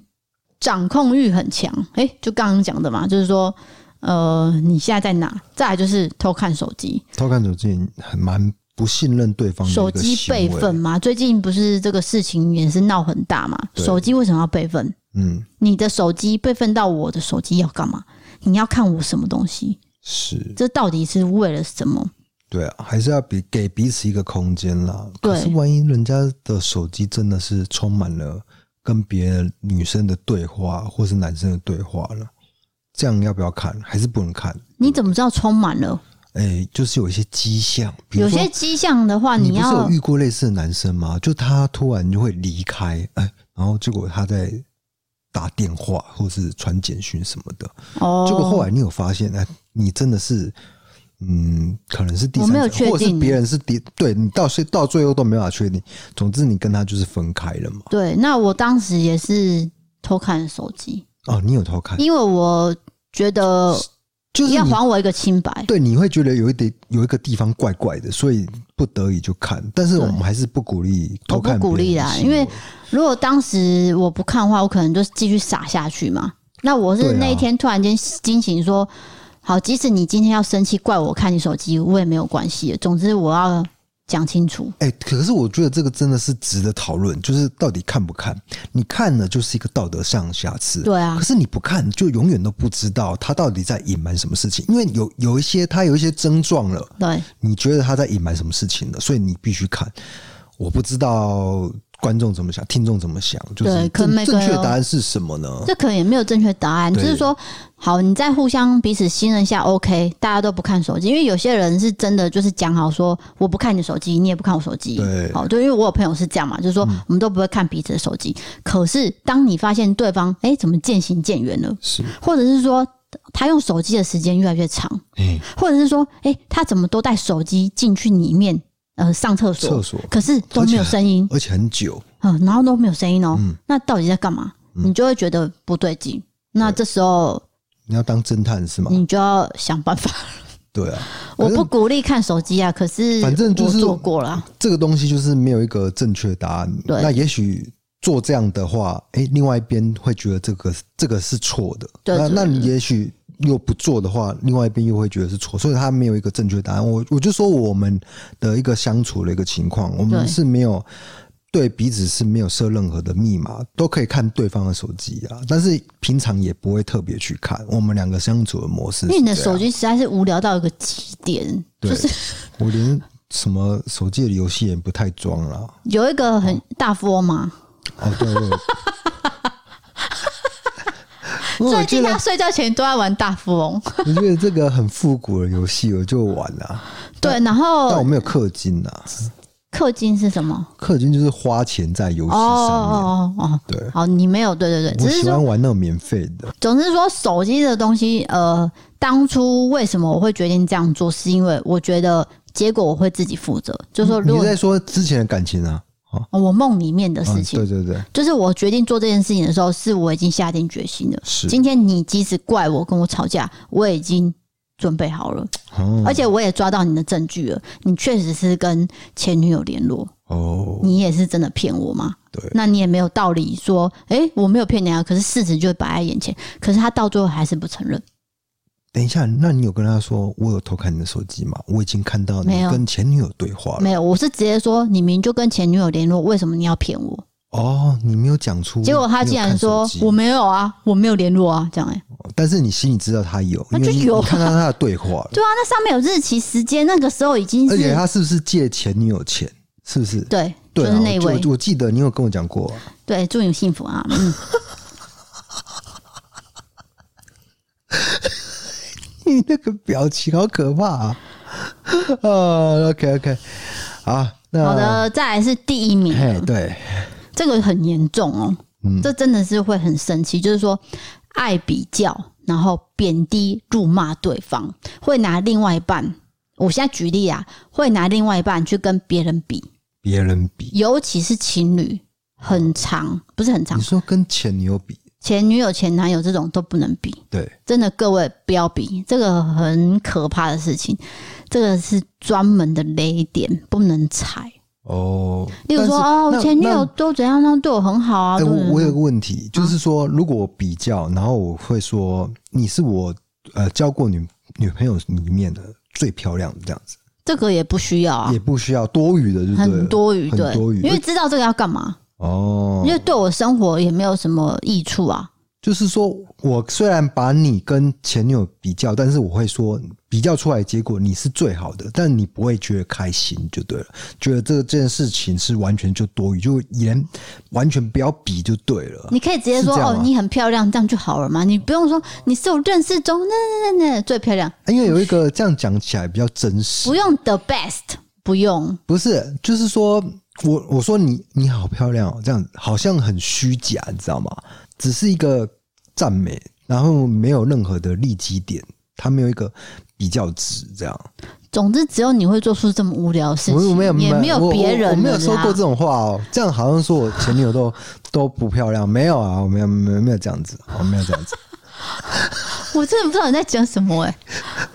[SPEAKER 3] 掌控欲很强。诶，就刚刚讲的嘛，就是说，呃，你现在在哪？再来就是偷看手机，
[SPEAKER 2] 偷看手机很蛮不信任对方的一
[SPEAKER 3] 手
[SPEAKER 2] 个
[SPEAKER 3] 机
[SPEAKER 2] 行
[SPEAKER 3] 备
[SPEAKER 2] 为
[SPEAKER 3] 份，嘛，最近不是这个事情也是闹很大嘛，
[SPEAKER 2] 对
[SPEAKER 3] 手机为什么要备份？
[SPEAKER 2] 嗯，
[SPEAKER 3] 你的手机备份到我的手机要干嘛？你要看我什么东西？
[SPEAKER 2] 是
[SPEAKER 3] 这到底是为了什么？
[SPEAKER 2] 对啊，还是要比给彼此一个空间啦。
[SPEAKER 3] 对
[SPEAKER 2] 可是万一人家的手机真的是充满了跟别的女生的对话，或是男生的对话了，这样要不要看？还是不能看？
[SPEAKER 3] 你怎么知道充满了？
[SPEAKER 2] 哎、就是有一些迹象，比
[SPEAKER 3] 有
[SPEAKER 2] 如说
[SPEAKER 3] 些迹象的话，
[SPEAKER 2] 你不是
[SPEAKER 3] 啊要
[SPEAKER 2] 有遇过类似的男生吗？就他突然就会离开，哎、然后结果他在打电话或是传简讯什么的，
[SPEAKER 3] 哦，
[SPEAKER 2] 结果后来你有发现，哎，你真的是，嗯，可能是第
[SPEAKER 3] 我
[SPEAKER 2] 三
[SPEAKER 3] 没有
[SPEAKER 2] 者，
[SPEAKER 3] 确定
[SPEAKER 2] 或者是别人是第，对你到最到最后都没办法确定。总之，你跟他就是分开了嘛。
[SPEAKER 3] 对，那我当时也是偷看手机，
[SPEAKER 2] 哦，你有偷看，
[SPEAKER 3] 因为我觉得
[SPEAKER 2] 就是
[SPEAKER 3] 要
[SPEAKER 2] 你
[SPEAKER 3] 还我一个清白。
[SPEAKER 2] 对你会觉得有一点有一个地方怪怪的，所以不得已就看。但是我们还是不鼓励偷看
[SPEAKER 3] 我
[SPEAKER 2] 别人的行为，
[SPEAKER 3] 不鼓励啦因为如果当时我不看的话，我可能就是继续傻下去嘛。那我是
[SPEAKER 2] 对啊
[SPEAKER 3] 那一天突然间惊醒说，好，即使你今天要生气怪我看你手机，我也没有关系的。总之我要讲清楚。
[SPEAKER 2] 哎、可是我觉得这个真的是值得讨论，就是到底看不看？你看了就是一个道德上的瑕疵，
[SPEAKER 3] 对啊
[SPEAKER 2] 可是你不看，就永远都不知道他到底在隐瞒什么事情，因为有有一些他有一些症状了，
[SPEAKER 3] 对，
[SPEAKER 2] 你觉得他在隐瞒什么事情了，所以你必须看。我不知道观众怎么想，听众怎么想，就是
[SPEAKER 3] 对可
[SPEAKER 2] 正
[SPEAKER 3] 每个
[SPEAKER 2] 正确
[SPEAKER 3] 人
[SPEAKER 2] 答案是什么呢？
[SPEAKER 3] 这可能也没有正确答案，就
[SPEAKER 2] 对
[SPEAKER 3] 是说，好，你在互相彼此信任下，OK，大家都不看手机，因为有些人是真的就是讲好说，我不看你的手机，你也不看我手机
[SPEAKER 2] 对，
[SPEAKER 3] 好，就因为我有朋友是这样嘛，就是说我们都不会看彼此的手机，可是当你发现对方哎、诶怎么渐行渐远了，
[SPEAKER 2] 是，
[SPEAKER 3] 或者是说他用手机的时间越来越长，
[SPEAKER 2] 哎、
[SPEAKER 3] 或者是说哎、诶他怎么都带手机进去里面呃上厕所，
[SPEAKER 2] 厕所
[SPEAKER 3] 可是都没有声音，
[SPEAKER 2] 而且嗯很久，
[SPEAKER 3] 嗯，然后都没有声音哦，那到底在干嘛？
[SPEAKER 2] 嗯
[SPEAKER 3] 你就会觉得不对劲。那这时候
[SPEAKER 2] 你要当侦探是吗？
[SPEAKER 3] 你就要想办 法。
[SPEAKER 2] 对啊，
[SPEAKER 3] 嗯我
[SPEAKER 2] 反正
[SPEAKER 3] 不鼓励看手机啊，可是
[SPEAKER 2] 反正就是
[SPEAKER 3] 我做过了，
[SPEAKER 2] 这个东西就是没有一个正确答案。
[SPEAKER 3] 对
[SPEAKER 2] 那也许做这样的话，哎、另外一边会觉得这个这个是错的。
[SPEAKER 3] 对对
[SPEAKER 2] 那那
[SPEAKER 3] 对
[SPEAKER 2] 你也许又不做的话，另外一边又会觉得是错，所以他没有一个正确答案。我我就说我们的一个相处的一个情况，我
[SPEAKER 3] 对
[SPEAKER 2] 们是没有。对彼此是没有设任何的密码，都可以看对方的手机啊，但是平常也不会特别去看。我们两个相处的模式是
[SPEAKER 3] 因
[SPEAKER 2] 这样，
[SPEAKER 3] 为你的手机实在是无聊到一个极点。
[SPEAKER 2] 对
[SPEAKER 3] 就是
[SPEAKER 2] 我连什么手机的游戏也不太装啊了。
[SPEAKER 3] 有一个很大富翁嘛，
[SPEAKER 2] 哦，对对。哦我
[SPEAKER 3] 最
[SPEAKER 2] 觉
[SPEAKER 3] 近
[SPEAKER 2] 得
[SPEAKER 3] 他睡觉前都在玩大富翁，
[SPEAKER 2] 我觉得这个很复古的游戏，我就玩啦、
[SPEAKER 3] 对，然
[SPEAKER 2] 但我
[SPEAKER 3] 后
[SPEAKER 2] 没有氪金啊，
[SPEAKER 3] 氪金是什么？
[SPEAKER 2] 氪金就是花钱在游戏
[SPEAKER 3] 哦
[SPEAKER 2] 上面。
[SPEAKER 3] 哦哦哦，
[SPEAKER 2] 对，
[SPEAKER 3] 好，你没有，对对对，
[SPEAKER 2] 我
[SPEAKER 3] 只是
[SPEAKER 2] 喜
[SPEAKER 3] 说哦
[SPEAKER 2] 欢玩那种免费的。
[SPEAKER 3] 总之说，手机这个东西，呃，当初为什么我会决定这样做，是因为我觉得结果我会自己负责。就是说，如
[SPEAKER 2] 哦你
[SPEAKER 3] 果、
[SPEAKER 2] 在说之前的感情啊？
[SPEAKER 3] 哦我梦里面的事
[SPEAKER 2] 嗯，
[SPEAKER 3] 情，
[SPEAKER 2] 对对对，
[SPEAKER 3] 就是我决定做这件事情的时候，是我已经下定决心了。
[SPEAKER 2] 是。
[SPEAKER 3] 今天你即使怪我跟我吵架，我已经准备好了，
[SPEAKER 2] 哦
[SPEAKER 3] 而且我也抓到你的证据了。你确实是跟前女友联络，
[SPEAKER 2] 哦，
[SPEAKER 3] 你也是真的骗我吗？
[SPEAKER 2] 对
[SPEAKER 3] 那你也没有道理说，诶、我没有骗你啊。可是事实就摆在眼前，可是他到最后还是不承认。
[SPEAKER 2] 等一下，那你有跟他说我有偷看你的手机吗？我已经看到
[SPEAKER 3] 没
[SPEAKER 2] 你
[SPEAKER 3] 有
[SPEAKER 2] 跟前女友对话了。
[SPEAKER 3] 没有，我是直接说你明明就跟前女友联络，为什么你要骗我？
[SPEAKER 2] 哦，你没有讲出。
[SPEAKER 3] 结果他
[SPEAKER 2] 你有
[SPEAKER 3] 竟然
[SPEAKER 2] 看手
[SPEAKER 3] 说
[SPEAKER 2] 机哦
[SPEAKER 3] 我没有啊，我没有联络啊，这样哎、
[SPEAKER 2] 但是你心里知道他有，
[SPEAKER 3] 那
[SPEAKER 2] 因
[SPEAKER 3] 就
[SPEAKER 2] 为你
[SPEAKER 3] 有啊
[SPEAKER 2] 你看到他的对话了。
[SPEAKER 3] 对啊，那上面有日期、时间，那个时候已经
[SPEAKER 2] 而且
[SPEAKER 3] 是
[SPEAKER 2] 他是不是借前女友钱？是不是？
[SPEAKER 3] 对，就
[SPEAKER 2] 对啊，
[SPEAKER 3] 是那一
[SPEAKER 2] 我
[SPEAKER 3] 位
[SPEAKER 2] 记，我我记得你有跟我讲过啊、
[SPEAKER 3] 对，祝你幸福啊，嗯，
[SPEAKER 2] 你那个表情好可怕啊！ 啊，OK OK，好，那
[SPEAKER 3] 好，的，再来是第一名，
[SPEAKER 2] 嘿，对，嗯
[SPEAKER 3] 这个很严重哦，这真的是会很生气，就是说爱比较，然后贬低、辱骂对方，会拿另外一半。我现在举例啊，会拿另外一半去跟别人比，
[SPEAKER 2] 别人比，
[SPEAKER 3] 尤其是情侣，很长不是很长
[SPEAKER 2] 你，说跟前女友比，
[SPEAKER 3] 前女友、前男友这种都不能比，
[SPEAKER 2] 对，
[SPEAKER 3] 真的各位不要比，这个很可怕的事情，这个是专门的雷点，不能踩。
[SPEAKER 2] 哦，
[SPEAKER 3] 例如说
[SPEAKER 2] 但是
[SPEAKER 3] 哦，
[SPEAKER 2] 那
[SPEAKER 3] 前女
[SPEAKER 2] 那
[SPEAKER 3] 友都怎样，都对我很好啊，
[SPEAKER 2] 哎、
[SPEAKER 3] 对
[SPEAKER 2] 我我有个
[SPEAKER 3] 不
[SPEAKER 2] 问题，就是说，如果我比较，然后我会说你是我呃交过女女朋友里面的最漂亮的这样子，
[SPEAKER 3] 这个也不需要啊
[SPEAKER 2] 也，不需要多余的就对了，
[SPEAKER 3] 很多余，
[SPEAKER 2] 很
[SPEAKER 3] 对，
[SPEAKER 2] 多余
[SPEAKER 3] 因为知道这个要干嘛，
[SPEAKER 2] 哦
[SPEAKER 3] 因。为对我生活也没有什么益处啊。
[SPEAKER 2] 就是说我虽然把你跟前女友比较，但是我会说比较出来结果你是最好的，但你不会觉得开心就对了，觉得这件事情是完全就多余，就连完全不要比就对了。
[SPEAKER 3] 你可以直接
[SPEAKER 2] 啊是
[SPEAKER 3] 说
[SPEAKER 2] 这样
[SPEAKER 3] 哦
[SPEAKER 2] 吗，
[SPEAKER 3] 你很漂亮，这样就好了嘛，你不用说你是我认识中那那那那最漂亮，
[SPEAKER 2] 啊因为有一个这样讲起来比较真实
[SPEAKER 3] 不，用 the best，不用，
[SPEAKER 2] 不是，就是说我我说你你好漂亮哦，这样好像很虚假，你知道吗？只是一个赞美，然后没有任何的利基点，它没有一个比较值，这样。
[SPEAKER 3] 总之只有你会做出这么无聊的事
[SPEAKER 2] 我我没有
[SPEAKER 3] 情，也没有
[SPEAKER 2] 我
[SPEAKER 3] 别
[SPEAKER 2] 我，
[SPEAKER 3] 人
[SPEAKER 2] 我没有
[SPEAKER 3] 了
[SPEAKER 2] 说
[SPEAKER 3] 啦
[SPEAKER 2] 过这种话哦。这样好像说我前女友都都不漂亮，没有啊，我没有没有没有这样子，我没有这样子。
[SPEAKER 3] 我真的不知道你在讲什 么哎、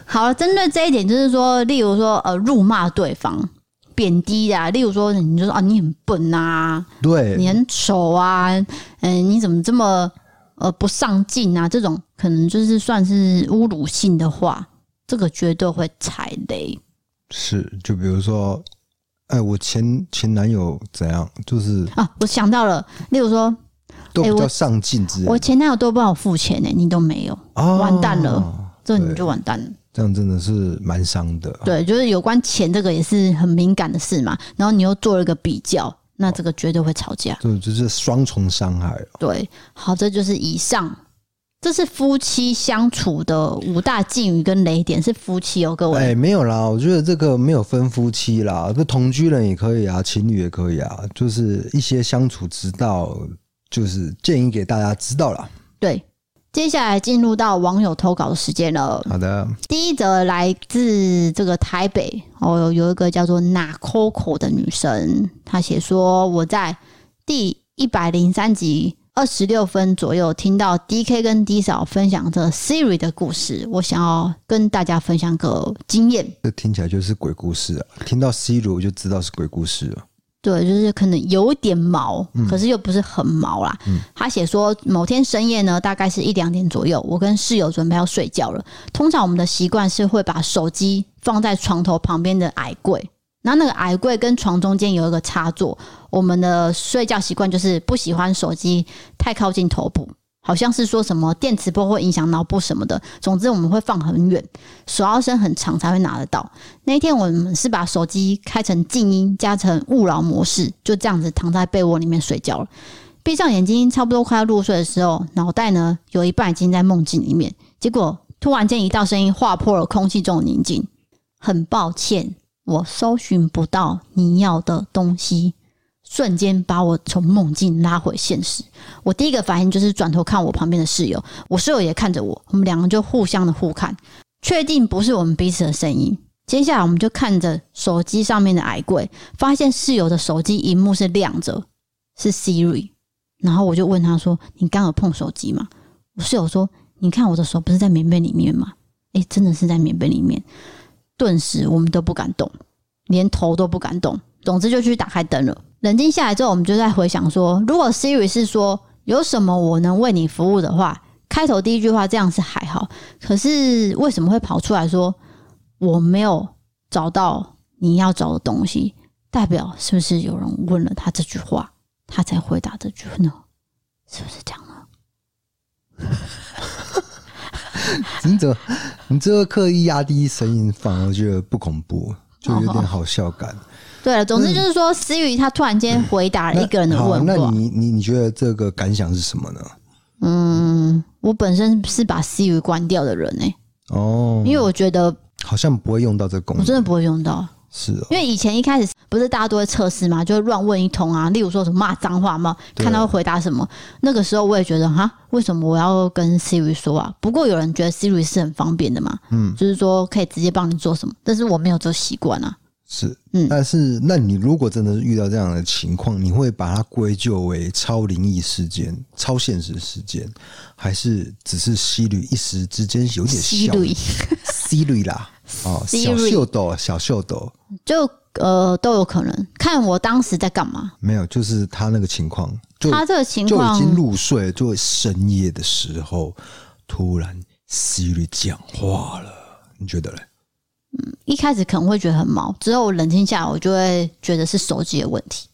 [SPEAKER 3] 好了，针对这一点，就是说，例如说，呃，辱骂对方、贬低啊，例如说，你就说啊，你很笨啊，你
[SPEAKER 2] 对，
[SPEAKER 3] 很丑啊，嗯、你怎么这么呃不上进啊？这种可能就是算是侮辱性的话，这个绝对会踩雷。
[SPEAKER 2] 是就比如说，哎，我前前男友怎样，就是
[SPEAKER 3] 啊，我想到了，例如说
[SPEAKER 2] 都
[SPEAKER 3] 哎
[SPEAKER 2] 比
[SPEAKER 3] 我
[SPEAKER 2] 较上进之类
[SPEAKER 3] 我
[SPEAKER 2] 的。
[SPEAKER 3] 前男友都帮我付钱呢、欸你都没有，
[SPEAKER 2] 啊
[SPEAKER 3] 完蛋了，这你就完蛋了。
[SPEAKER 2] 这样真的是蛮伤的。
[SPEAKER 3] 对，就是有关钱这个也是很敏感的事嘛。然后你又做了一个比较，那这个绝对会吵架。
[SPEAKER 2] 对，就是双重伤害哦。
[SPEAKER 3] 对，好，这就是以上，这是夫妻相处的五大禁语跟雷点，是夫妻哦，各位。
[SPEAKER 2] 哎、没有啦，我觉得这个没有分夫妻啦，这同居人也可以啊，情侣也可以啊，就是一些相处之道，就是建议给大家知道啦。
[SPEAKER 3] 对，接下来进入到网友投稿的时间了。
[SPEAKER 2] 好的，
[SPEAKER 3] 第一则来自这个台北哦，有有一个叫做娜 Coco 的女生，她写说我在第一百零三集二十六分左右听到 D K 跟 D 嫂分享这 Siri 的故事，我想要跟大家分享个经验。
[SPEAKER 2] 这听起来就是鬼故事啊！听到 C 罗就知道是鬼故事了。
[SPEAKER 3] 对，就是可能有点毛，可是又不是很毛啦。他写说，某天深夜呢，大概是一两点左右，我跟室友准备要睡觉了。通常我们的习惯是会把手机放在床头旁边的矮柜，然后那个矮柜跟床中间有一个插座。我们的睡觉习惯就是不喜欢手机太靠近头部，好像是说什么电磁波会影响脑部什么的。总之，我们会放很远，手摇声很长才会拿得到。那一天我们是把手机开成静音，加成勿扰模式，就这样子躺在被窝里面睡觉了。闭上眼睛，差不多快要入睡的时候，脑袋呢有一半已经在梦境里面。结果突然间一道声音划破了空气中的宁静。很抱歉，我搜寻不到你要的东西，瞬间把我从梦境拉回现实。我第一个反应就是转头看我旁边的室友，我室友也看着我，我们两个就互相的互看，确定不是我们彼此的声音。接下来我们就看着手机上面的矮柜，发现室友的手机荧幕是亮着，是 Siri。然后我就问他说：“你刚有碰手机吗？”我室友说：“你看我的手不是在棉被里面吗？”诶，真的是在棉被里面。顿时我们都不敢动，连头都不敢动。总之就去打开灯了。冷静下来之后，我们就在回想说，如果 Siri 是说有什么我能为你服务的话，开头第一句话这样是还好，可是为什么会跑出来说我没有找到你要找的东西，代表是不是有人问了他这句话，他才回答这句呢？是不是这样呢？
[SPEAKER 2] 你怎么，你这个刻意压低声音放，我觉得不恐怖，就有点好笑感。
[SPEAKER 3] 对了，总之就是说，思雨她突然间回答了一个人的
[SPEAKER 2] 好，
[SPEAKER 3] 问
[SPEAKER 2] 嗯那
[SPEAKER 3] 话。
[SPEAKER 2] 你你你觉得这个感想是什么呢？
[SPEAKER 3] 嗯，我本身是把思雨关掉的人呢、欸
[SPEAKER 2] 哦，
[SPEAKER 3] 因为我觉得
[SPEAKER 2] 好像不会用到这个功
[SPEAKER 3] 我
[SPEAKER 2] 能，
[SPEAKER 3] 真的不会用到，
[SPEAKER 2] 是哦，
[SPEAKER 3] 因为以前一开始不是大家都会测试嘛，就会乱问一通啊，例如说什么骂脏话嘛，
[SPEAKER 2] 对
[SPEAKER 3] 看他会回答什么。那个时候我也觉得哈，为什么我要跟 Siri 说啊？不过有人觉得 Siri 是很方便的嘛，嗯，就是说可以直接帮你做什么，但是我没有这个习惯啊。
[SPEAKER 2] 是，
[SPEAKER 3] 嗯
[SPEAKER 2] 但是那你如果真的遇到这样的情况，你会把它归咎为超灵异事件、超现实事件，还是只是吸旅一时之间有点小
[SPEAKER 3] Siri
[SPEAKER 2] 吸旅啦？ 哦，小
[SPEAKER 3] Siri
[SPEAKER 2] 秀斗，小秀斗，
[SPEAKER 3] 就呃都有可能，看我当时在干嘛。
[SPEAKER 2] 没有，就是他那个情况，就
[SPEAKER 3] 他这个情
[SPEAKER 2] 就已
[SPEAKER 3] 况
[SPEAKER 2] 经入睡，就深夜的时候，突然 Siri 讲话了，你觉得嘞？
[SPEAKER 3] 一开始可能会觉得很毛，之后我冷静下来，我就会觉得是手机的问题。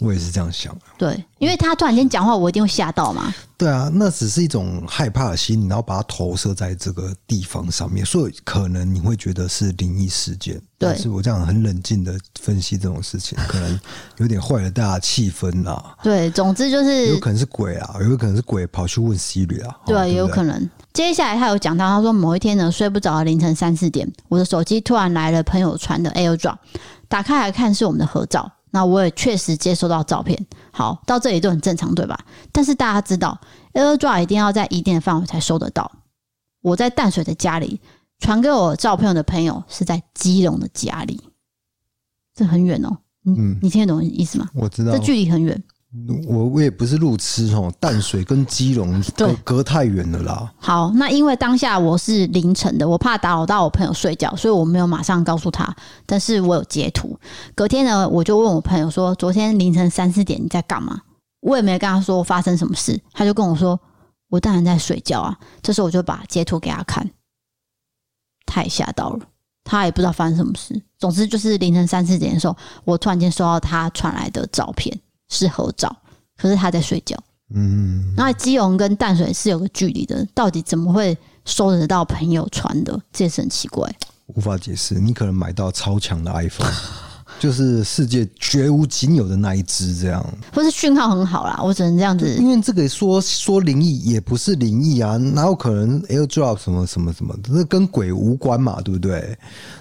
[SPEAKER 2] 我也是这样想啊的。
[SPEAKER 3] 对，因为他突然间讲话，我一定会吓到嘛。
[SPEAKER 2] 对啊，那只是一种害怕的心理，然后把它投射在这个地方上面，所以可能你会觉得是灵异事件。
[SPEAKER 3] 对
[SPEAKER 2] 但是我这样很冷静的分析这种事 情，可能有点坏了大家的气氛啦。
[SPEAKER 3] 对，总之就是
[SPEAKER 2] 有可能是鬼啊，有可能是鬼跑去问 Siri 啊，
[SPEAKER 3] 对，
[SPEAKER 2] 哦
[SPEAKER 3] 也有
[SPEAKER 2] 不
[SPEAKER 3] 可能。接下来他有讲到，他说某一天呢，睡不着，凌晨三四点，我的手机突然来了朋友传的 AirDrop，打开来看是我们的合照。那我也确实接收到照片，好，到这里都很正常，对吧？但是大家知道，AirDrop 一定要在一定的范围才收得到。我在淡水的家里传给我照片的朋友是在基隆的家里，这很远哦。嗯
[SPEAKER 2] 嗯，
[SPEAKER 3] 你听得懂意思吗？
[SPEAKER 2] 我知道
[SPEAKER 3] 这，距离很远。
[SPEAKER 2] 我我也不是路痴哦，淡水跟基隆
[SPEAKER 3] 对
[SPEAKER 2] 隔隔太远了啦。
[SPEAKER 3] 好，那因为当下我是凌晨的，我怕打扰到我朋友睡觉，所以我没有马上告诉他，但是我有截图。隔天呢，我就问我朋友说：“昨天凌晨三四点你在干嘛？”我也没跟他说发生什么事，他就跟我说：“我当然在睡觉啊。”这时候我就把截图给他看，他也吓到了，他也不知道发生什么事。总之就是凌晨三四点的时候，我突然间收到他传来的照片是合照，可是他在睡觉。
[SPEAKER 2] 嗯，
[SPEAKER 3] 那基隆跟淡水是有个距离的，到底怎么会收得到朋友传的？这也是很奇怪。
[SPEAKER 2] 无法解释，你可能买到超强的 iPhone，就是世界绝无仅有的那一只这样。
[SPEAKER 3] 或是讯号很好啦，我只能这样子
[SPEAKER 2] 因。为这个说说灵异也不是灵异啊，哪有可能 AirDrop 什么什么什么，这跟鬼无关嘛，对不对？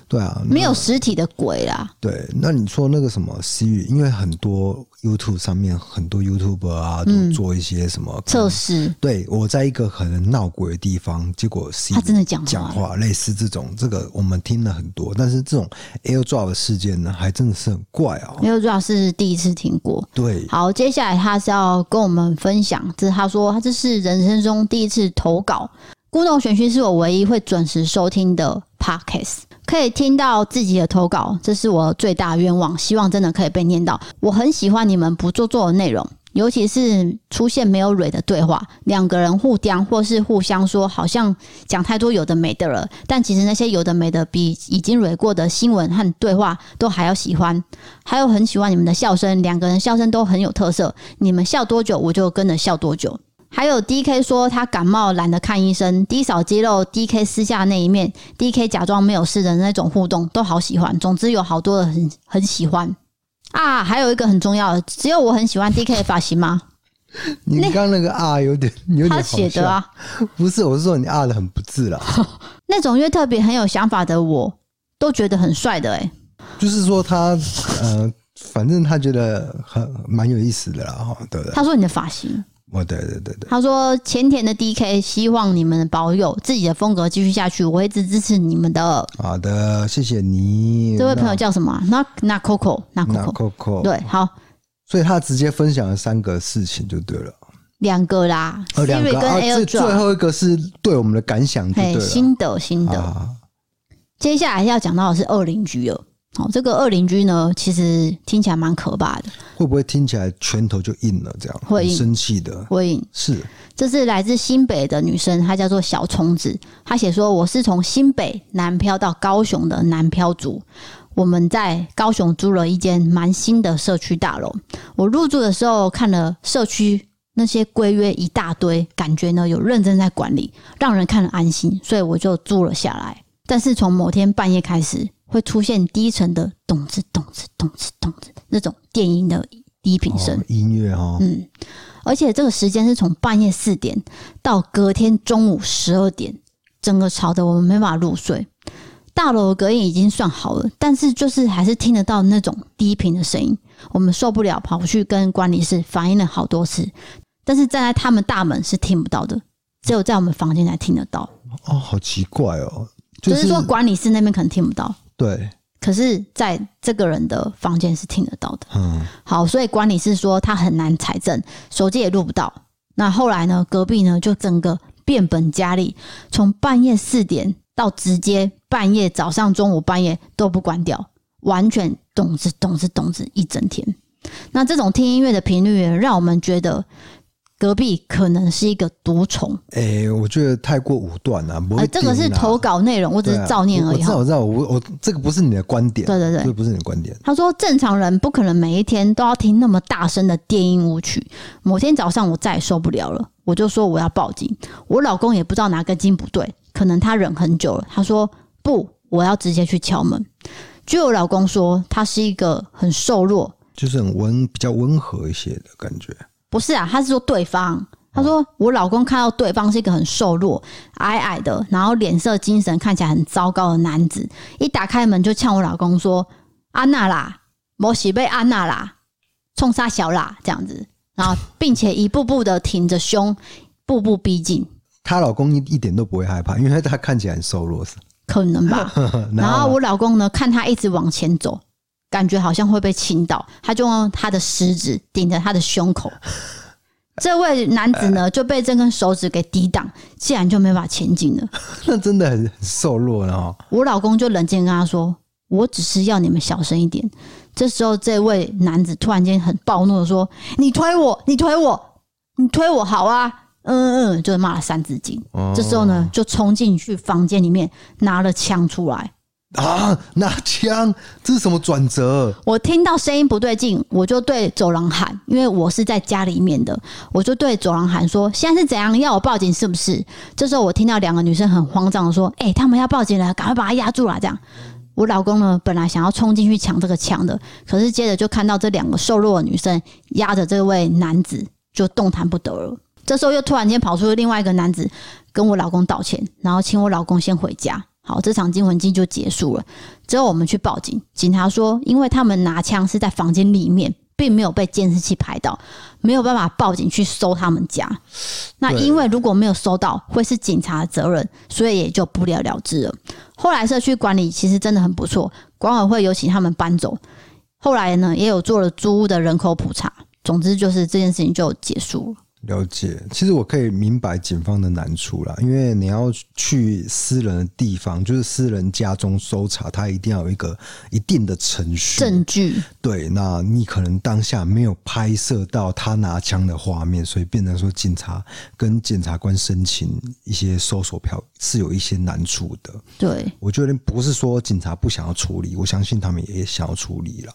[SPEAKER 2] 对啊，那
[SPEAKER 3] 没有实体的鬼啦，
[SPEAKER 2] 对。那你说那个什么西域，因为很多 YouTube 上面很多 YouTuber 啊，
[SPEAKER 3] 嗯
[SPEAKER 2] 都做一些什么
[SPEAKER 3] 测。试
[SPEAKER 2] 对，我在一个可能闹鬼的地方，结果 Siri
[SPEAKER 3] 他真的讲话
[SPEAKER 2] 讲话，类似这种，这个我们听了很多，但是这种 AirDrop 的事件呢，还真的是很怪啊、
[SPEAKER 3] 没有，主要是第一次听过。
[SPEAKER 2] 对，
[SPEAKER 3] 好，接下来他是要跟我们分享，这是他说他这是人生中第一次投稿。孤独选区是我唯一会准时收听的 podcast，可以听到自己的投稿，这是我最大的愿望。希望真的可以被念到。我很喜欢你们不做作的内容，尤其是出现没有蕊的对话，两个人互刁或是互相说，好像讲太多有的没的了。但其实那些有的没的，比已经蕊过的新闻和对话都还要喜欢。还有很喜欢你们的笑声，两个人笑声都很有特色，你们笑多久我就跟着笑多久。还有 D K 说他感冒懒得看医生，D 扫肌肉，D K 私下那一面，D K 假装没有事的那种互动都好喜欢。总之有好多人很很喜欢啊，还有一个很重要的，只有我很喜欢 D K 的发型吗？
[SPEAKER 2] 你刚刚那个啊，有点有点
[SPEAKER 3] 他
[SPEAKER 2] 好
[SPEAKER 3] 写
[SPEAKER 2] 笑
[SPEAKER 3] 的啊，
[SPEAKER 2] 不是，我是说你啊的很不自然，
[SPEAKER 3] 那种越特别很有想法的我都觉得很帅的诶、欸
[SPEAKER 2] 就是说他呃，反正他觉得很蛮有意思的啦，哈，对不对？
[SPEAKER 3] 他说你的发型，
[SPEAKER 2] 哦，对对对对，
[SPEAKER 3] 他说：“前田的 DK 希望你们保有自己的风格继续下去，我会一直支持你们的。
[SPEAKER 2] 好的，谢谢你，
[SPEAKER 3] 这位朋友叫什么啊？那那 Coco，那
[SPEAKER 2] 那
[SPEAKER 3] Coco，
[SPEAKER 2] 嗯 Coco，，
[SPEAKER 3] 对，好，
[SPEAKER 2] 所以他直接分享了三个事情就对了，
[SPEAKER 3] 两个啦
[SPEAKER 2] 哦，两个
[SPEAKER 3] ，Siri 跟
[SPEAKER 2] 啊，这最
[SPEAKER 3] AirDrop，
[SPEAKER 2] 后一个是对我们的感想就对
[SPEAKER 3] 嘿，
[SPEAKER 2] 了
[SPEAKER 3] 新的新的。
[SPEAKER 2] 啊，
[SPEAKER 3] 接下来要讲到的是二邻居了。好、这个二邻居呢，其实听起来蛮可怕的。
[SPEAKER 2] 会不会听起来拳头就硬了这样？
[SPEAKER 3] 会硬
[SPEAKER 2] 很生气的，
[SPEAKER 3] 火影
[SPEAKER 2] 是
[SPEAKER 3] 这是来自新北的女生，她叫做小虫子。她写说：“我是从新北南漂到高雄的南漂族。我们在高雄租了一间蛮新的社区大楼。我入住的时候看了社区那些规约一大堆，感觉呢有认真在管理，让人看了安心，所以我就住了下来。但是从某天半夜开始，会出现低沉的咚吱咚吱咚吱咚吱那种电音的低频声
[SPEAKER 2] 哦。音乐哦，
[SPEAKER 3] 嗯，而且这个时间是从半夜四点到隔天中午十二点，整个吵得我们没办法入睡。大楼的隔音已经算好了，但是就是还是听得到那种低频的声音，我们受不了，跑去跟管理室反映了好多次，但是站在他们大门是听不到的，只有在我们房间才听得到。
[SPEAKER 2] 哦，好奇怪哦，
[SPEAKER 3] 就
[SPEAKER 2] 就是是
[SPEAKER 3] 说管理室那边可能听不到，
[SPEAKER 2] 对，
[SPEAKER 3] 可是在这个人的房间是听得到的。
[SPEAKER 2] 嗯，
[SPEAKER 3] 好，所以管理是说他很难采证，手机也录不到。那后来呢，隔壁呢就整个变本加厉，从半夜四点到直接半夜早上、中午、半夜都不关掉，完全咚子咚子咚子一整天。那这种听音乐的频率，让我们觉得隔壁可能是一个毒虫。
[SPEAKER 2] 哎、我觉得太过武断了、不会、啊
[SPEAKER 3] 呃，这个是投，稿内容，我只
[SPEAKER 2] 对
[SPEAKER 3] 是
[SPEAKER 2] 啊
[SPEAKER 3] 照念而
[SPEAKER 2] 我
[SPEAKER 3] 已
[SPEAKER 2] 我知
[SPEAKER 3] 哈
[SPEAKER 2] 道，。我知道，我我这个不是你的观点，
[SPEAKER 3] 对对对
[SPEAKER 2] 这个不是你的观点，
[SPEAKER 3] 他说：“正常人不可能每一天都要听那么大声的电音舞曲。某天早上我再也受不了了，我就说我要报警。我老公也不知道哪根筋不对，可能他忍很久了。他说不，我要直接去敲门。据我老公说，他是一个很瘦弱，
[SPEAKER 2] 就是很温，比较温和一些的感觉。
[SPEAKER 3] 不是啊，他是说对方。”他说：“我老公看到对方是一个很瘦弱、矮矮的，然后脸色、精神看起来很糟糕的男子，一打开门就呛我老公说：‘安娜啦，摩西被安娜啦，冲杀小啦’这样子，然后并且一步步的挺着胸，步步逼近，
[SPEAKER 2] 她老公一一点都不会害怕，因为她看起来很瘦弱，是
[SPEAKER 3] 可能吧？然后我老公呢，看他一直往前走，感觉好像会被倾倒，他就用他的食指顶着他的胸 口。这位男子呢，就被这根手指给抵挡，竟然就没法前进了。
[SPEAKER 2] 那真的很很瘦弱了哦。
[SPEAKER 3] 我老公就冷静地跟他说：“我只是要你们小声一点。”这时候，这位男子突然间很暴怒的说：“你推我，你推我，你推我，好啊！”嗯嗯，就骂了三字经。
[SPEAKER 2] 哦
[SPEAKER 3] 这时候呢，就冲进去房间里面，拿了枪出来。
[SPEAKER 2] 啊，拿枪，这是什么转折？
[SPEAKER 3] 我听到声音不对劲，我就对走廊喊，因为我是在家里面的，我就对走廊喊说：“现在是怎样？要我报警是不是？”这时候我听到两个女生很慌张的说：“哎、他们要报警了，赶快把他压住了！”这样，我老公呢本来想要冲进去抢这个枪的，可是接着就看到这两个瘦弱的女生压着这位男子，就动弹不得了。这时候又突然间跑出另外一个男子，跟我老公道歉，然后请我老公先回家。好，这场惊魂记就结束了。之后我们去报警，警察说，因为他们拿枪是在房间里面，并没有被监视器拍到，没有办法报警去搜他们家。那
[SPEAKER 2] 对
[SPEAKER 3] 因为如果没有搜到，会是警察的责任，所以也就不了了之了。后来社区管理其实真的很不错，管委会有请他们搬走。后来呢，也有做了租屋的人口普查。总之就是这件事情就结束了。
[SPEAKER 2] 了解，其实我可以明白警方的难处啦，因为你要去私人的地方，就是私人家中搜查，它一定要有一个一定的程序。
[SPEAKER 3] 证据
[SPEAKER 2] 对，那你可能当下没有拍摄到他拿枪的画面，所以变成说警察跟检察官申请一些搜索票是有一些难处的。
[SPEAKER 3] 对，
[SPEAKER 2] 我觉得不是说警察不想要处理，我相信他们也想要处理啦。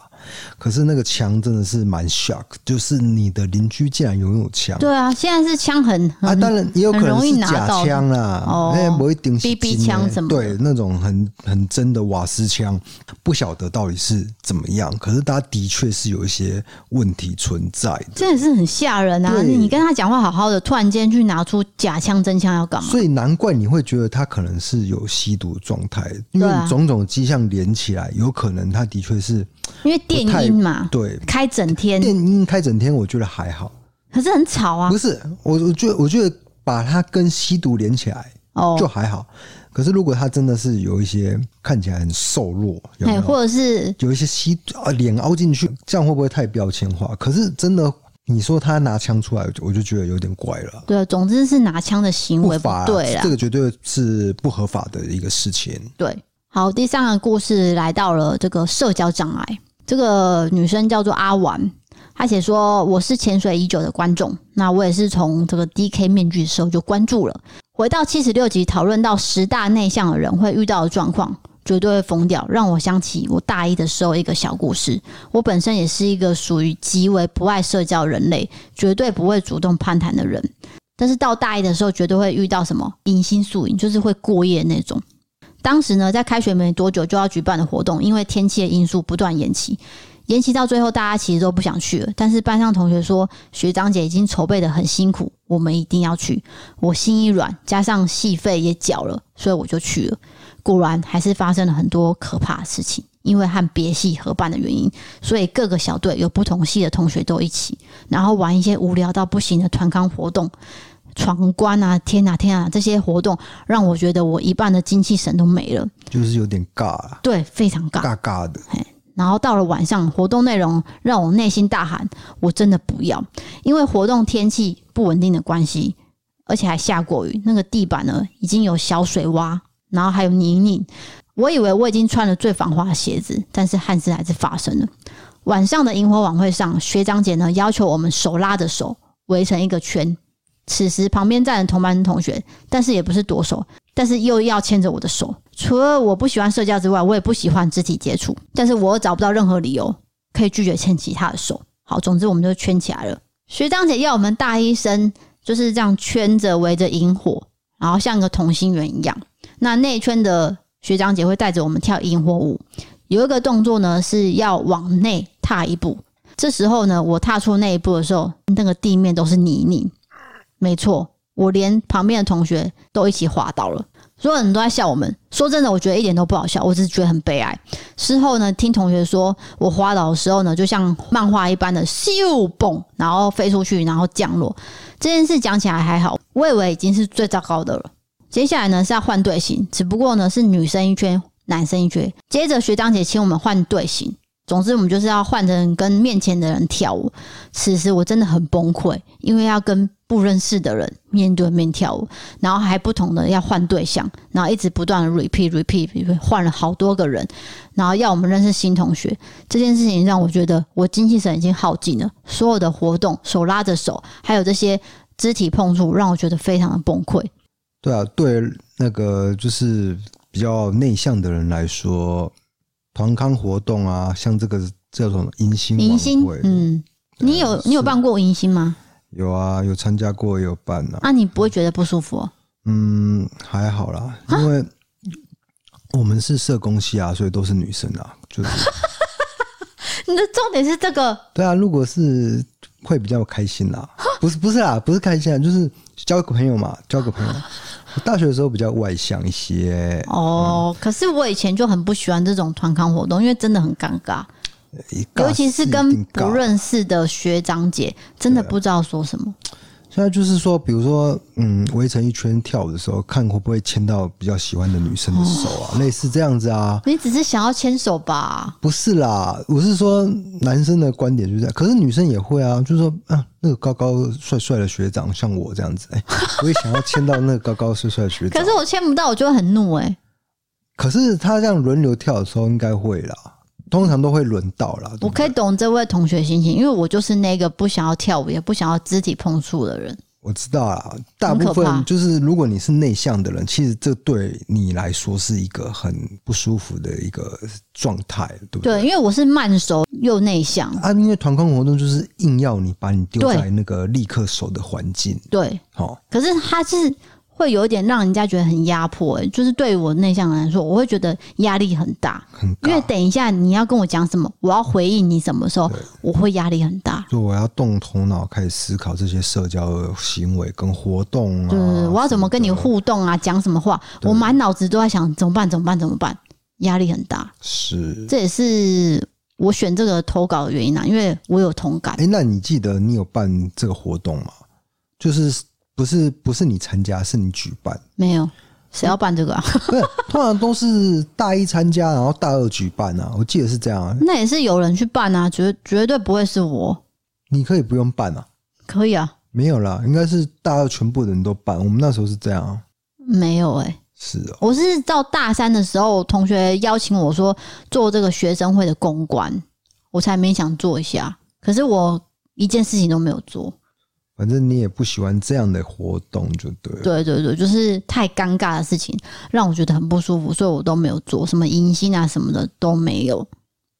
[SPEAKER 2] 可是那个枪真的是蛮 shock，就是你的邻居竟然拥有枪。
[SPEAKER 3] 对啊，现在是枪很很、
[SPEAKER 2] 啊，当然也有可
[SPEAKER 3] 很
[SPEAKER 2] 能
[SPEAKER 3] 容易
[SPEAKER 2] 是
[SPEAKER 3] 拿
[SPEAKER 2] 假
[SPEAKER 3] 到的
[SPEAKER 2] 枪啦，
[SPEAKER 3] 哦
[SPEAKER 2] 那不一定是
[SPEAKER 3] BB
[SPEAKER 2] 真的
[SPEAKER 3] 枪什么的
[SPEAKER 2] 对那种很很真的瓦斯枪，不晓得到底是怎么样。可是它的确是有一些问题存在的，
[SPEAKER 3] 真的是很吓人啊！
[SPEAKER 2] 对
[SPEAKER 3] 你跟他讲话好好的，突然间去拿出假枪真枪要干嘛？
[SPEAKER 2] 所以难怪你会觉得他可能是有吸毒状态，因
[SPEAKER 3] 对
[SPEAKER 2] 为
[SPEAKER 3] 啊
[SPEAKER 2] 种种迹象连起来，有可能他的确是
[SPEAKER 3] 因为电音嘛，
[SPEAKER 2] 对。
[SPEAKER 3] 开整天，
[SPEAKER 2] 电音开整天，我觉得还好，
[SPEAKER 3] 可是很吵啊
[SPEAKER 2] 不。是我，我觉得我觉得把它跟吸毒连起来，
[SPEAKER 3] 哦
[SPEAKER 2] 就，还好。可是如果他真的是有一些看起来很瘦弱，有没
[SPEAKER 3] 哎，
[SPEAKER 2] 有？
[SPEAKER 3] 或者是
[SPEAKER 2] 有一些吸啊脸凹进去，这样会不会太标签化？可是真的，你说他拿枪出来，我就我就觉得有点怪了。
[SPEAKER 3] 对，总之是拿枪的行为不
[SPEAKER 2] 法啊
[SPEAKER 3] 对啦
[SPEAKER 2] 这。个绝对是不合法的一个事情。
[SPEAKER 3] 对，好，第三个故事来到了这个社交障碍。这个女生叫做阿丸，她写说：“我是潜水已久的观众，那我也是从这个 DK 面具的时候就关注了。回到七十六集讨论到十大内向的人会遇到的状况，绝对会疯掉，让我想起我大一的时候一个小故事。我本身也是一个属于极为不爱社交的人类，绝对不会主动攀谈的人。但是到大一的时候，绝对会遇到什么迎新宿营，就是会过夜那种。当时呢，在开学没多久就要举办的活动，因为天气的因素不断延期，延期到最后大家其实都不想去了。但是班上同学说，学长姐已经筹备的很辛苦，我们一定要去。我心一软，加上戏费也缴了，所以我就去了。果然还是发生了很多可怕的事情，因为和别系合办的原因，所以各个小队有不同系的同学都一起，然后玩一些无聊到不行的团康活动。闯关啊，天啊，天啊！这些活动让我觉得我一半的精气神都没了，
[SPEAKER 2] 就是有点尬啦，
[SPEAKER 3] 对，非常尬。
[SPEAKER 2] 尬尬的。
[SPEAKER 3] 然后到了晚上，活动内容让我内心大喊：“我真的不要！”因为活动天气不稳定的关系，而且还下过雨，那个地板呢已经有小水洼，然后还有泥泞。我以为我已经穿了最防滑的鞋子，但是憾事还是发生了。晚上的萤火晚会上，学长姐呢要求我们手拉着手围成一个圈。此时旁边站着同班同学，但是也不是夺手，但是又要牵着我的手。除了我不喜欢社交之外，我也不喜欢肢体接触，但是我又找不到任何理由可以拒绝牵起他的手。好，总之我们就圈起来了。学长姐要我们大一生就是这样圈着围着萤火，然后像个同心圆一样。那内圈的学长姐会带着我们跳萤火舞，有一个动作呢是要往内踏一步。这时候呢，我踏出那一步的时候，那个地面都是泥泞，没错，我连旁边的同学都一起滑倒了，所有人都在笑我们。说真的，我觉得一点都不好笑，我只是觉得很悲哀。事后呢，听同学说我滑倒的时候呢，就像漫画一般的咻蹦，然后飞出去，然后降落。这件事讲起来还好，我以为已经是最糟糕的了。接下来呢是要换队形，只不过呢是女生一圈，男生一圈。接着学长姐请我们换队形，总之我们就是要换成跟面前的人跳舞。此时我真的很崩溃，因为要跟不认识的人面对面跳舞，然后还不同的要换对象，然后一直不断的 repeat repeat repeat 换了好多个人，然后要我们认识新同学。这件事情让我觉得我精气神已经耗尽了，所有的活动手拉着手，还有这些肢体碰触，让我觉得非常的崩溃。
[SPEAKER 2] 对啊，对那个就是比较内向的人来说，团康活动啊，像这个叫什么迎新
[SPEAKER 3] 迎
[SPEAKER 2] 晚
[SPEAKER 3] 新
[SPEAKER 2] 会，，
[SPEAKER 3] 嗯，
[SPEAKER 2] 对啊
[SPEAKER 3] 你有你有
[SPEAKER 2] 是
[SPEAKER 3] 办过迎新吗？
[SPEAKER 2] 有啊，有参加过，也有办啊。
[SPEAKER 3] 啊，你不会觉得不舒 服、哦？
[SPEAKER 2] 嗯，还好啦，
[SPEAKER 3] 啊
[SPEAKER 2] 因为我们是社工系啊，所以都是女生啊， 就是
[SPEAKER 3] 你的重点是这个
[SPEAKER 2] 对啊，如果是会比较开心啦，
[SPEAKER 3] 啊
[SPEAKER 2] 不是不是啦，不是开心啊，就是交个朋友嘛，交个朋友。
[SPEAKER 3] 啊
[SPEAKER 2] 我大学的时候比较外向一些，
[SPEAKER 3] 哦。可是我以前就很不喜欢这种团康活动，因为真的很尴尬。尤其是跟不
[SPEAKER 2] 认。
[SPEAKER 3] 认识的学长姐，真的不知道说什么。
[SPEAKER 2] 现在就是说，比如说，嗯，围成一圈跳舞的时候，看会不会牵到比较喜欢的女生的手啊，
[SPEAKER 3] 哦
[SPEAKER 2] 类似这样子啊。
[SPEAKER 3] 你只是想要牵手吧？
[SPEAKER 2] 不是啦，我是说男生的观点就是这样，可是女生也会啊，就是说啊，那个高高帅帅的学长像我这样子，哎、我也想要牵到那个高高帅帅的学长。
[SPEAKER 3] 可是我牵不到，我就会很怒哎、
[SPEAKER 2] 可是他这样轮流跳的时候，应该会啦，通常都会轮到啦。对
[SPEAKER 3] 我
[SPEAKER 2] 不
[SPEAKER 3] 可
[SPEAKER 2] 对
[SPEAKER 3] 以懂这位同学心情，因为我就是那个不想要跳舞，也不想要肢体碰触的人。
[SPEAKER 2] 我知道啦，大
[SPEAKER 3] 很可
[SPEAKER 2] 部
[SPEAKER 3] 怕
[SPEAKER 2] 分就是如果你是内向的人，其实这对你来说是一个很不舒服的一个状态，对不
[SPEAKER 3] 对，因为我是慢熟又内向。
[SPEAKER 2] 啊，因为团康活动就是硬要你把你丢
[SPEAKER 3] 对
[SPEAKER 2] 在那个立刻手的环境，
[SPEAKER 3] 对，
[SPEAKER 2] 好、哦，
[SPEAKER 3] 可是他是会有一点让人家觉得很压迫、欸，就是对于我内向人来说，我会觉得压力很大。
[SPEAKER 2] 很
[SPEAKER 3] 因为
[SPEAKER 2] 尬。
[SPEAKER 3] 等一下你要跟我讲什么，我要回应你什么时候
[SPEAKER 2] 对，
[SPEAKER 3] 我会压力很大。
[SPEAKER 2] 就我要动头脑开始思考这些社交的行为跟活动啊，
[SPEAKER 3] 就是我要怎么跟你
[SPEAKER 2] 什的
[SPEAKER 3] 互动啊，讲什么话，
[SPEAKER 2] 对
[SPEAKER 3] 我满脑子都在想怎么办，怎么办，怎么办，压力很大。
[SPEAKER 2] 是。
[SPEAKER 3] 这也是我选这个投稿的原因啊，因为我有同感
[SPEAKER 2] 哎、。那你记得你有办这个活动吗？就是不是不是你参加，是你举办。
[SPEAKER 3] 没有谁要办这个啊？
[SPEAKER 2] 不是，通常都是大一参加，然后大二举办啊。我记得是这样、啊，
[SPEAKER 3] 那也是有人去办啊，绝绝对不会是我。
[SPEAKER 2] 你可以不用办啊。
[SPEAKER 3] 可以啊，
[SPEAKER 2] 没有啦，应该是大二全部的人都办。我们那时候是这样、啊，
[SPEAKER 3] 没有哎、
[SPEAKER 2] 是哦、
[SPEAKER 3] 我是到大三的时候，同学邀请我说做这个学生会的公关，我才勉强做一下。可是我一件事情都没有做。
[SPEAKER 2] 反正你也不喜欢这样的活动，就对了。
[SPEAKER 3] 对对对，就是太尴尬的事情，让我觉得很不舒服，所以我都没有做什么迎新啊什么的都没有。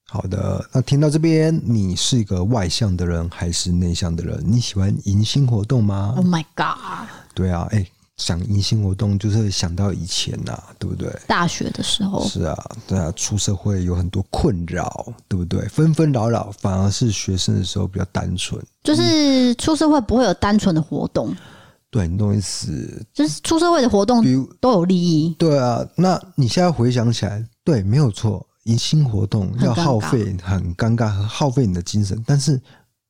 [SPEAKER 2] 好的，那听到这边，你是一个外向的人还是内向的人？你喜欢迎新活动吗？
[SPEAKER 3] Oh my god！
[SPEAKER 2] 对啊，哎、想迎新活动就是会想到以前呐、对不对？
[SPEAKER 3] 大学的时候，
[SPEAKER 2] 是啊，对啊，出社会有很多困扰，对不对？纷纷扰扰，反而是学生的时候比较单纯。
[SPEAKER 3] 就是出社会不会有单纯的活动，
[SPEAKER 2] 对你懂意思？
[SPEAKER 3] 就是出社会的活动
[SPEAKER 2] 比如
[SPEAKER 3] 都有利益，
[SPEAKER 2] 对啊，那你现在回想起来，对，没有错，迎新活动
[SPEAKER 3] 很
[SPEAKER 2] 要
[SPEAKER 3] 尴
[SPEAKER 2] 耗
[SPEAKER 3] 尬
[SPEAKER 2] 费很尴尬，很耗费你的精神，但是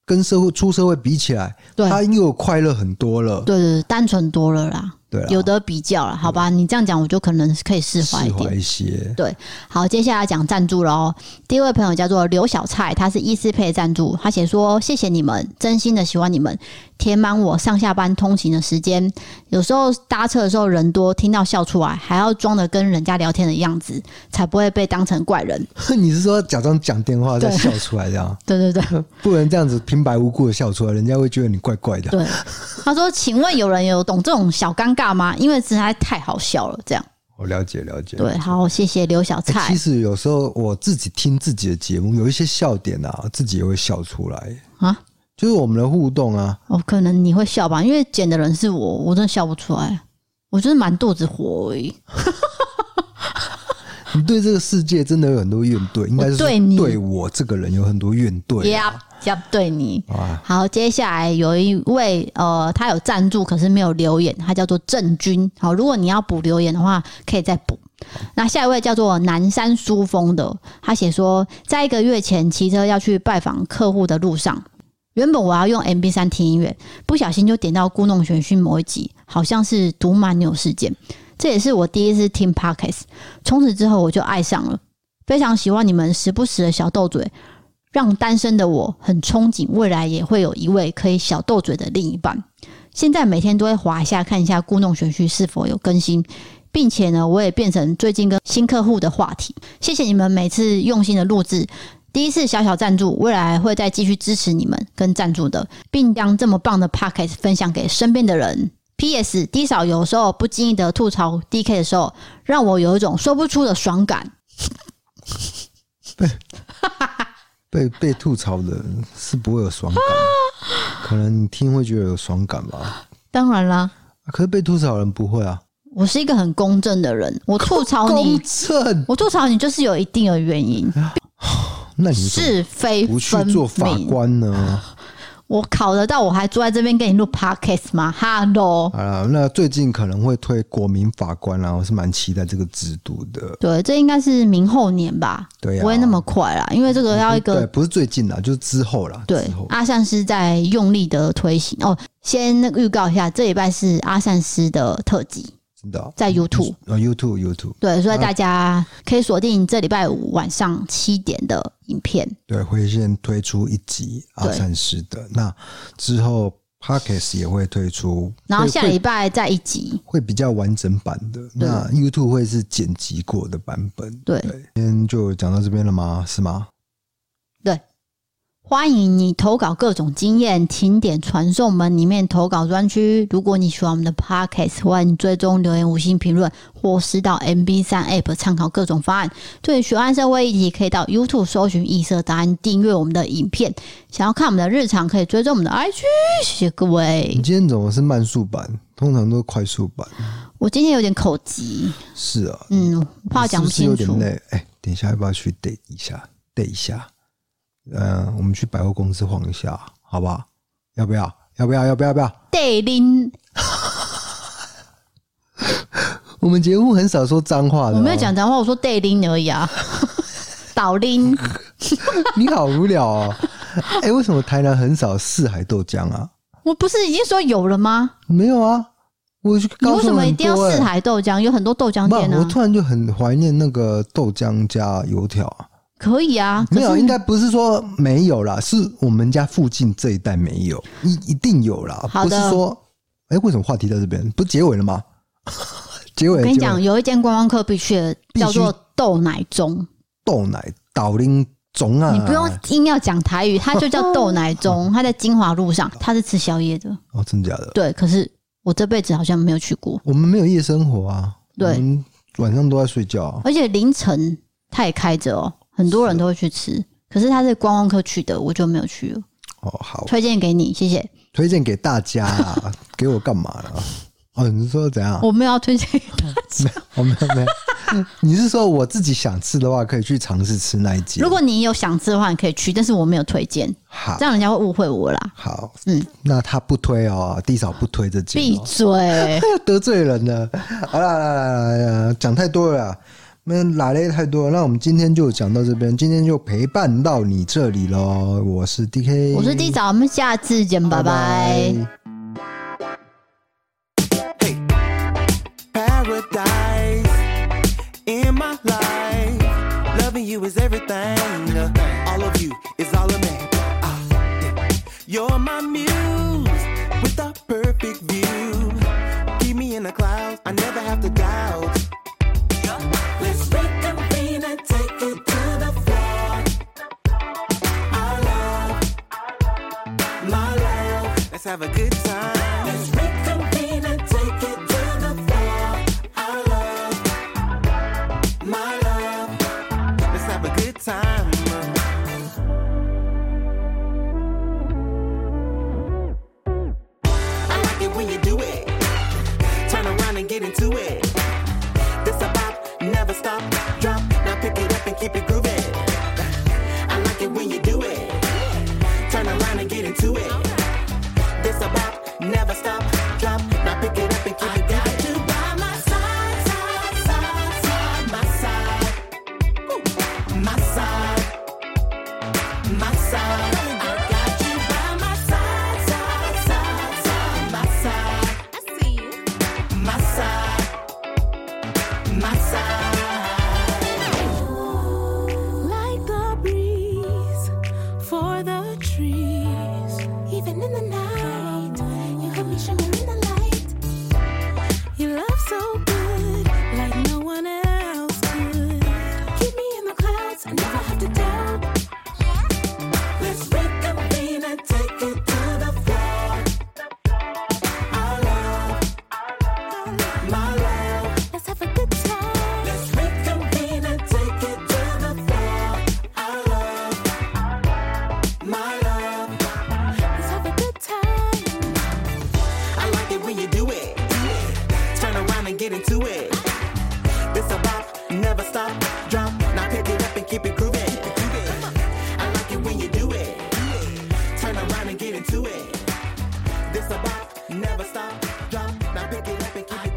[SPEAKER 2] 跟社会出社会比起来，
[SPEAKER 3] 对
[SPEAKER 2] 他又快乐很多了。
[SPEAKER 3] 对对对，单纯多了啦，
[SPEAKER 2] 对啊，嗯
[SPEAKER 3] 有的比较了，好吧？你这样讲，我就可能可以释
[SPEAKER 2] 释
[SPEAKER 3] 怀一点
[SPEAKER 2] 怀。一些，
[SPEAKER 3] 好，接下来讲赞助喽。第一位朋友叫做刘小菜，他是伊思配赞助，他写说：“谢谢你们，真心的喜欢你们，填满我上下班通勤的时间。有时候搭车的时候人多，听到笑出来，还要装的跟人家聊天的样子，才不会被当成怪人。
[SPEAKER 2] 你是说假装讲电话再
[SPEAKER 3] 对
[SPEAKER 2] 笑出来这样，”
[SPEAKER 3] 对对对
[SPEAKER 2] 不能这样子平白无故的笑出来，人家会觉得你怪怪的。
[SPEAKER 3] 对，他说：“请问有人有懂这种小尴尬吗？因为实在太好笑了。”这样
[SPEAKER 2] 我哦了解了解。
[SPEAKER 3] 对，好，谢谢刘小
[SPEAKER 2] 欸
[SPEAKER 3] 菜。
[SPEAKER 2] 其实有时候我自己听自己的节目，有一些笑点啊，自己也会笑出来
[SPEAKER 3] 啊。
[SPEAKER 2] 就是我们的互动啊，
[SPEAKER 3] 哦，可能你会笑吧，因为剪的人是我，我真的笑不出来，我就是满肚子火而已。
[SPEAKER 2] 你对这个世界真的有很多怨怼，应该是说
[SPEAKER 3] 对你
[SPEAKER 2] 对我这个人有很多怨怼
[SPEAKER 3] Yep
[SPEAKER 2] 啊。
[SPEAKER 3] Yep，对你。
[SPEAKER 2] 啊
[SPEAKER 3] 好，接下来有一位呃，他有赞助，可是没有留言，他叫做郑钧。好，如果你要补留言的话，可以再补。那下一位叫做南山书风的，他写说，在一个月前骑车要去拜访客户的路上，原本我要用 MB 三听音乐，不小心就点到故弄玄虚某一集，好像是毒蛮牛事件，这也是我第一次听 Podcast，从此之后我就爱上了，非常喜欢你们时不时的小斗嘴，让单身的我很憧憬未来也会有一位可以小斗嘴的另一半。现在每天都会划一下看一下故弄玄虚是否有更新，并且呢，我也变成最近跟新客户的话题。谢谢你们每次用心的录制。第一次小小赞助，未来会再继续支持你们跟赞助的，并将这么棒的 p o c k e t 分享给身边的人。P.S. 低嫂有时候不经意的吐槽 D.K 的时候，让我有一种说不出的爽感。
[SPEAKER 2] 被被吐槽的人是不会有 爽感，可能你听会觉得有爽感吧，啊
[SPEAKER 3] 当然啦，
[SPEAKER 2] 可是被吐槽的人不会啊。
[SPEAKER 3] 我是一个很公正的人， 我吐槽
[SPEAKER 2] 公
[SPEAKER 3] 哦你，
[SPEAKER 2] 正，
[SPEAKER 3] 我吐槽你就是有一定的 原因，
[SPEAKER 2] 那你怎么
[SPEAKER 3] 是非
[SPEAKER 2] 不去
[SPEAKER 3] 分
[SPEAKER 2] 做法
[SPEAKER 3] 明。
[SPEAKER 2] 官呢？
[SPEAKER 3] 我考得到，我还坐在这边跟你录 podcast 吗？Hello，
[SPEAKER 2] 好了，那最近可能会推国民法官啦，我是蛮期待这个制度的。
[SPEAKER 3] 对，这应该是明后年吧，
[SPEAKER 2] 对啊
[SPEAKER 3] 不会那么快啦，因为这个要一
[SPEAKER 2] 对，
[SPEAKER 3] 个。
[SPEAKER 2] 不是最近啦，就是之后啦。
[SPEAKER 3] 对啊
[SPEAKER 2] 之后，
[SPEAKER 3] 阿善师在用力的推行哦。先那个预告一下，这礼拜是阿善师的特辑，
[SPEAKER 2] 真的啊
[SPEAKER 3] 在 YouTube。
[SPEAKER 2] 呃，YouTube，YouTube，
[SPEAKER 3] 对，所以大家
[SPEAKER 2] 嗯
[SPEAKER 3] 可以锁定这礼拜五晚上七点的影片。
[SPEAKER 2] 对，会先推出一集阿
[SPEAKER 3] 对
[SPEAKER 2] 善师的，那之后 Pockets 也会推出，
[SPEAKER 3] 然后
[SPEAKER 2] 会
[SPEAKER 3] 下
[SPEAKER 2] 会
[SPEAKER 3] 礼拜再一集。
[SPEAKER 2] 会比较完整版的，那 YouTube 会是剪辑过的版本。
[SPEAKER 3] 对
[SPEAKER 2] 今天就讲到这边了吗？是吗？
[SPEAKER 3] 欢迎你投稿各种经验，请点传送门里面投稿专区。如果你喜欢我们的 podcast，欢迎追踪留言、五星评论，或是到 MB 三 app 参考各种方案。对于学案社会议题，可以到 YouTube 搜寻“异色答案”，订阅我们的影片。想要看我们的日常，可以追踪我们的 IG。谢谢各
[SPEAKER 2] 你
[SPEAKER 3] 位，
[SPEAKER 2] 今天怎么是慢速版？通常都是快速版。
[SPEAKER 3] 我今天有点口急，
[SPEAKER 2] 是啊，
[SPEAKER 3] 嗯，我怕我讲
[SPEAKER 2] 是
[SPEAKER 3] 不
[SPEAKER 2] 不是
[SPEAKER 3] 清
[SPEAKER 2] 有
[SPEAKER 3] 楚。
[SPEAKER 2] 点累？哎、等一下要不要去 date 一下？date 一下？呃，我们去百货公司晃一下，好不好？要不要？要不要？要不要？要不要？
[SPEAKER 3] 对林，
[SPEAKER 2] 我们节目很少说脏话的、啊
[SPEAKER 3] 我没有，讲脏话，我说对林而已啊， 倒林。
[SPEAKER 2] 你好无聊 哦。哎、为什么台南很少四海豆浆啊？
[SPEAKER 3] 我不是已经说有了吗？
[SPEAKER 2] 没有啊，我去
[SPEAKER 3] 你
[SPEAKER 2] 高
[SPEAKER 3] 为什
[SPEAKER 2] 雄
[SPEAKER 3] 么一
[SPEAKER 2] 很
[SPEAKER 3] 定要
[SPEAKER 2] 多哎、
[SPEAKER 3] 四海豆浆？有很多豆浆
[SPEAKER 2] 不，
[SPEAKER 3] 店
[SPEAKER 2] 我
[SPEAKER 3] 啊，
[SPEAKER 2] 突然就很怀念那个豆浆加油条啊。
[SPEAKER 3] 可以啊。
[SPEAKER 2] 没
[SPEAKER 3] 可
[SPEAKER 2] 有，
[SPEAKER 3] 是
[SPEAKER 2] 应该不是说没有啦，是我们家附近这一带没有，一一定有啦，
[SPEAKER 3] 好
[SPEAKER 2] 不是
[SPEAKER 3] 的
[SPEAKER 2] 说，哎、为什么话题到这边？不是结尾了吗？ 结尾
[SPEAKER 3] 我
[SPEAKER 2] 了
[SPEAKER 3] 跟你
[SPEAKER 2] 结尾了
[SPEAKER 3] 讲，有一间观光客必去的，
[SPEAKER 2] 必须
[SPEAKER 3] 叫做豆奶盅。
[SPEAKER 2] 豆奶倒拎种啊，
[SPEAKER 3] 你不用硬要讲台语，它就叫豆奶 盅。它在金华路上，它是吃宵夜的。
[SPEAKER 2] 哦，真的假的？
[SPEAKER 3] 对，可是我这辈子好像没有去过，
[SPEAKER 2] 我们没有夜生活啊，
[SPEAKER 3] 对
[SPEAKER 2] 我们晚上都在睡觉啊、
[SPEAKER 3] 而且凌晨它也开着哦，很多人都会去吃。可是它是观光客去的，我就没有去了。
[SPEAKER 2] 哦，好，
[SPEAKER 3] 推荐给你，谢谢。
[SPEAKER 2] 推荐给大家 啊，给我干嘛啦？哦，你是说怎样？
[SPEAKER 3] 我没有要推荐，
[SPEAKER 2] 我没有没有， 你是说我自己想吃的话，可以去尝试吃那一间？
[SPEAKER 3] 如果你有想吃的话，你可以去，但是我没有推荐，
[SPEAKER 2] 好
[SPEAKER 3] 这样人家会误会我啦。
[SPEAKER 2] 好，
[SPEAKER 3] 嗯，
[SPEAKER 2] 那他不推哦，地嫂不推这间、
[SPEAKER 3] 闭
[SPEAKER 2] 哦，
[SPEAKER 3] 嘴！
[SPEAKER 2] 要得罪人了。好啦，啦啦啦啦，讲太多了啦，那拉嘞太多了。那我们今天就讲到这边，今天就陪伴到你这里喽。我是 D K，
[SPEAKER 3] 我是地早，我们下次见，拜拜
[SPEAKER 4] paradise in my life. Loving you is everything. All of you is all of me. Ah, yeah. You're my muse with a perfect view. Keep me in the clouds. I never have to doubt. Let's reconvene and take it to the floor. Our love, my love. Let's have a good time. Let's reconvene and take it to the floor. Our love, my love. Let's have a good time. I like it when you do it. Turn around and get into it. This a bop, never stop, drop. Now pick it up and keep it grooving. I like it when you do it. Turn around and get into it. This a bop, never stop, drop. Now pick it up and keep it got you by my side, side, side, side, my side. Ooh, my side my side. I got you by my side, side, side, side, my side. I see you. My side, my side. Like the breeze for the trees, even in the night, you got me shimmering in the light. Your love so good, like no one else could. Keep me in the clouds, I never have to doubt. Let's reconvene and take it to the floor. Our love, my love. Let's have a good time. Let's reconvene and take it to the floor. Our love, my love. Let's have a good time. I like it when you do it. Turn around and get into it. This a bop, never stop, drop. Now pick it up and keep it grooving. I like it when you do it. Turn around and get into it. This a bop, never stop, drop. Now pick it up and keep it.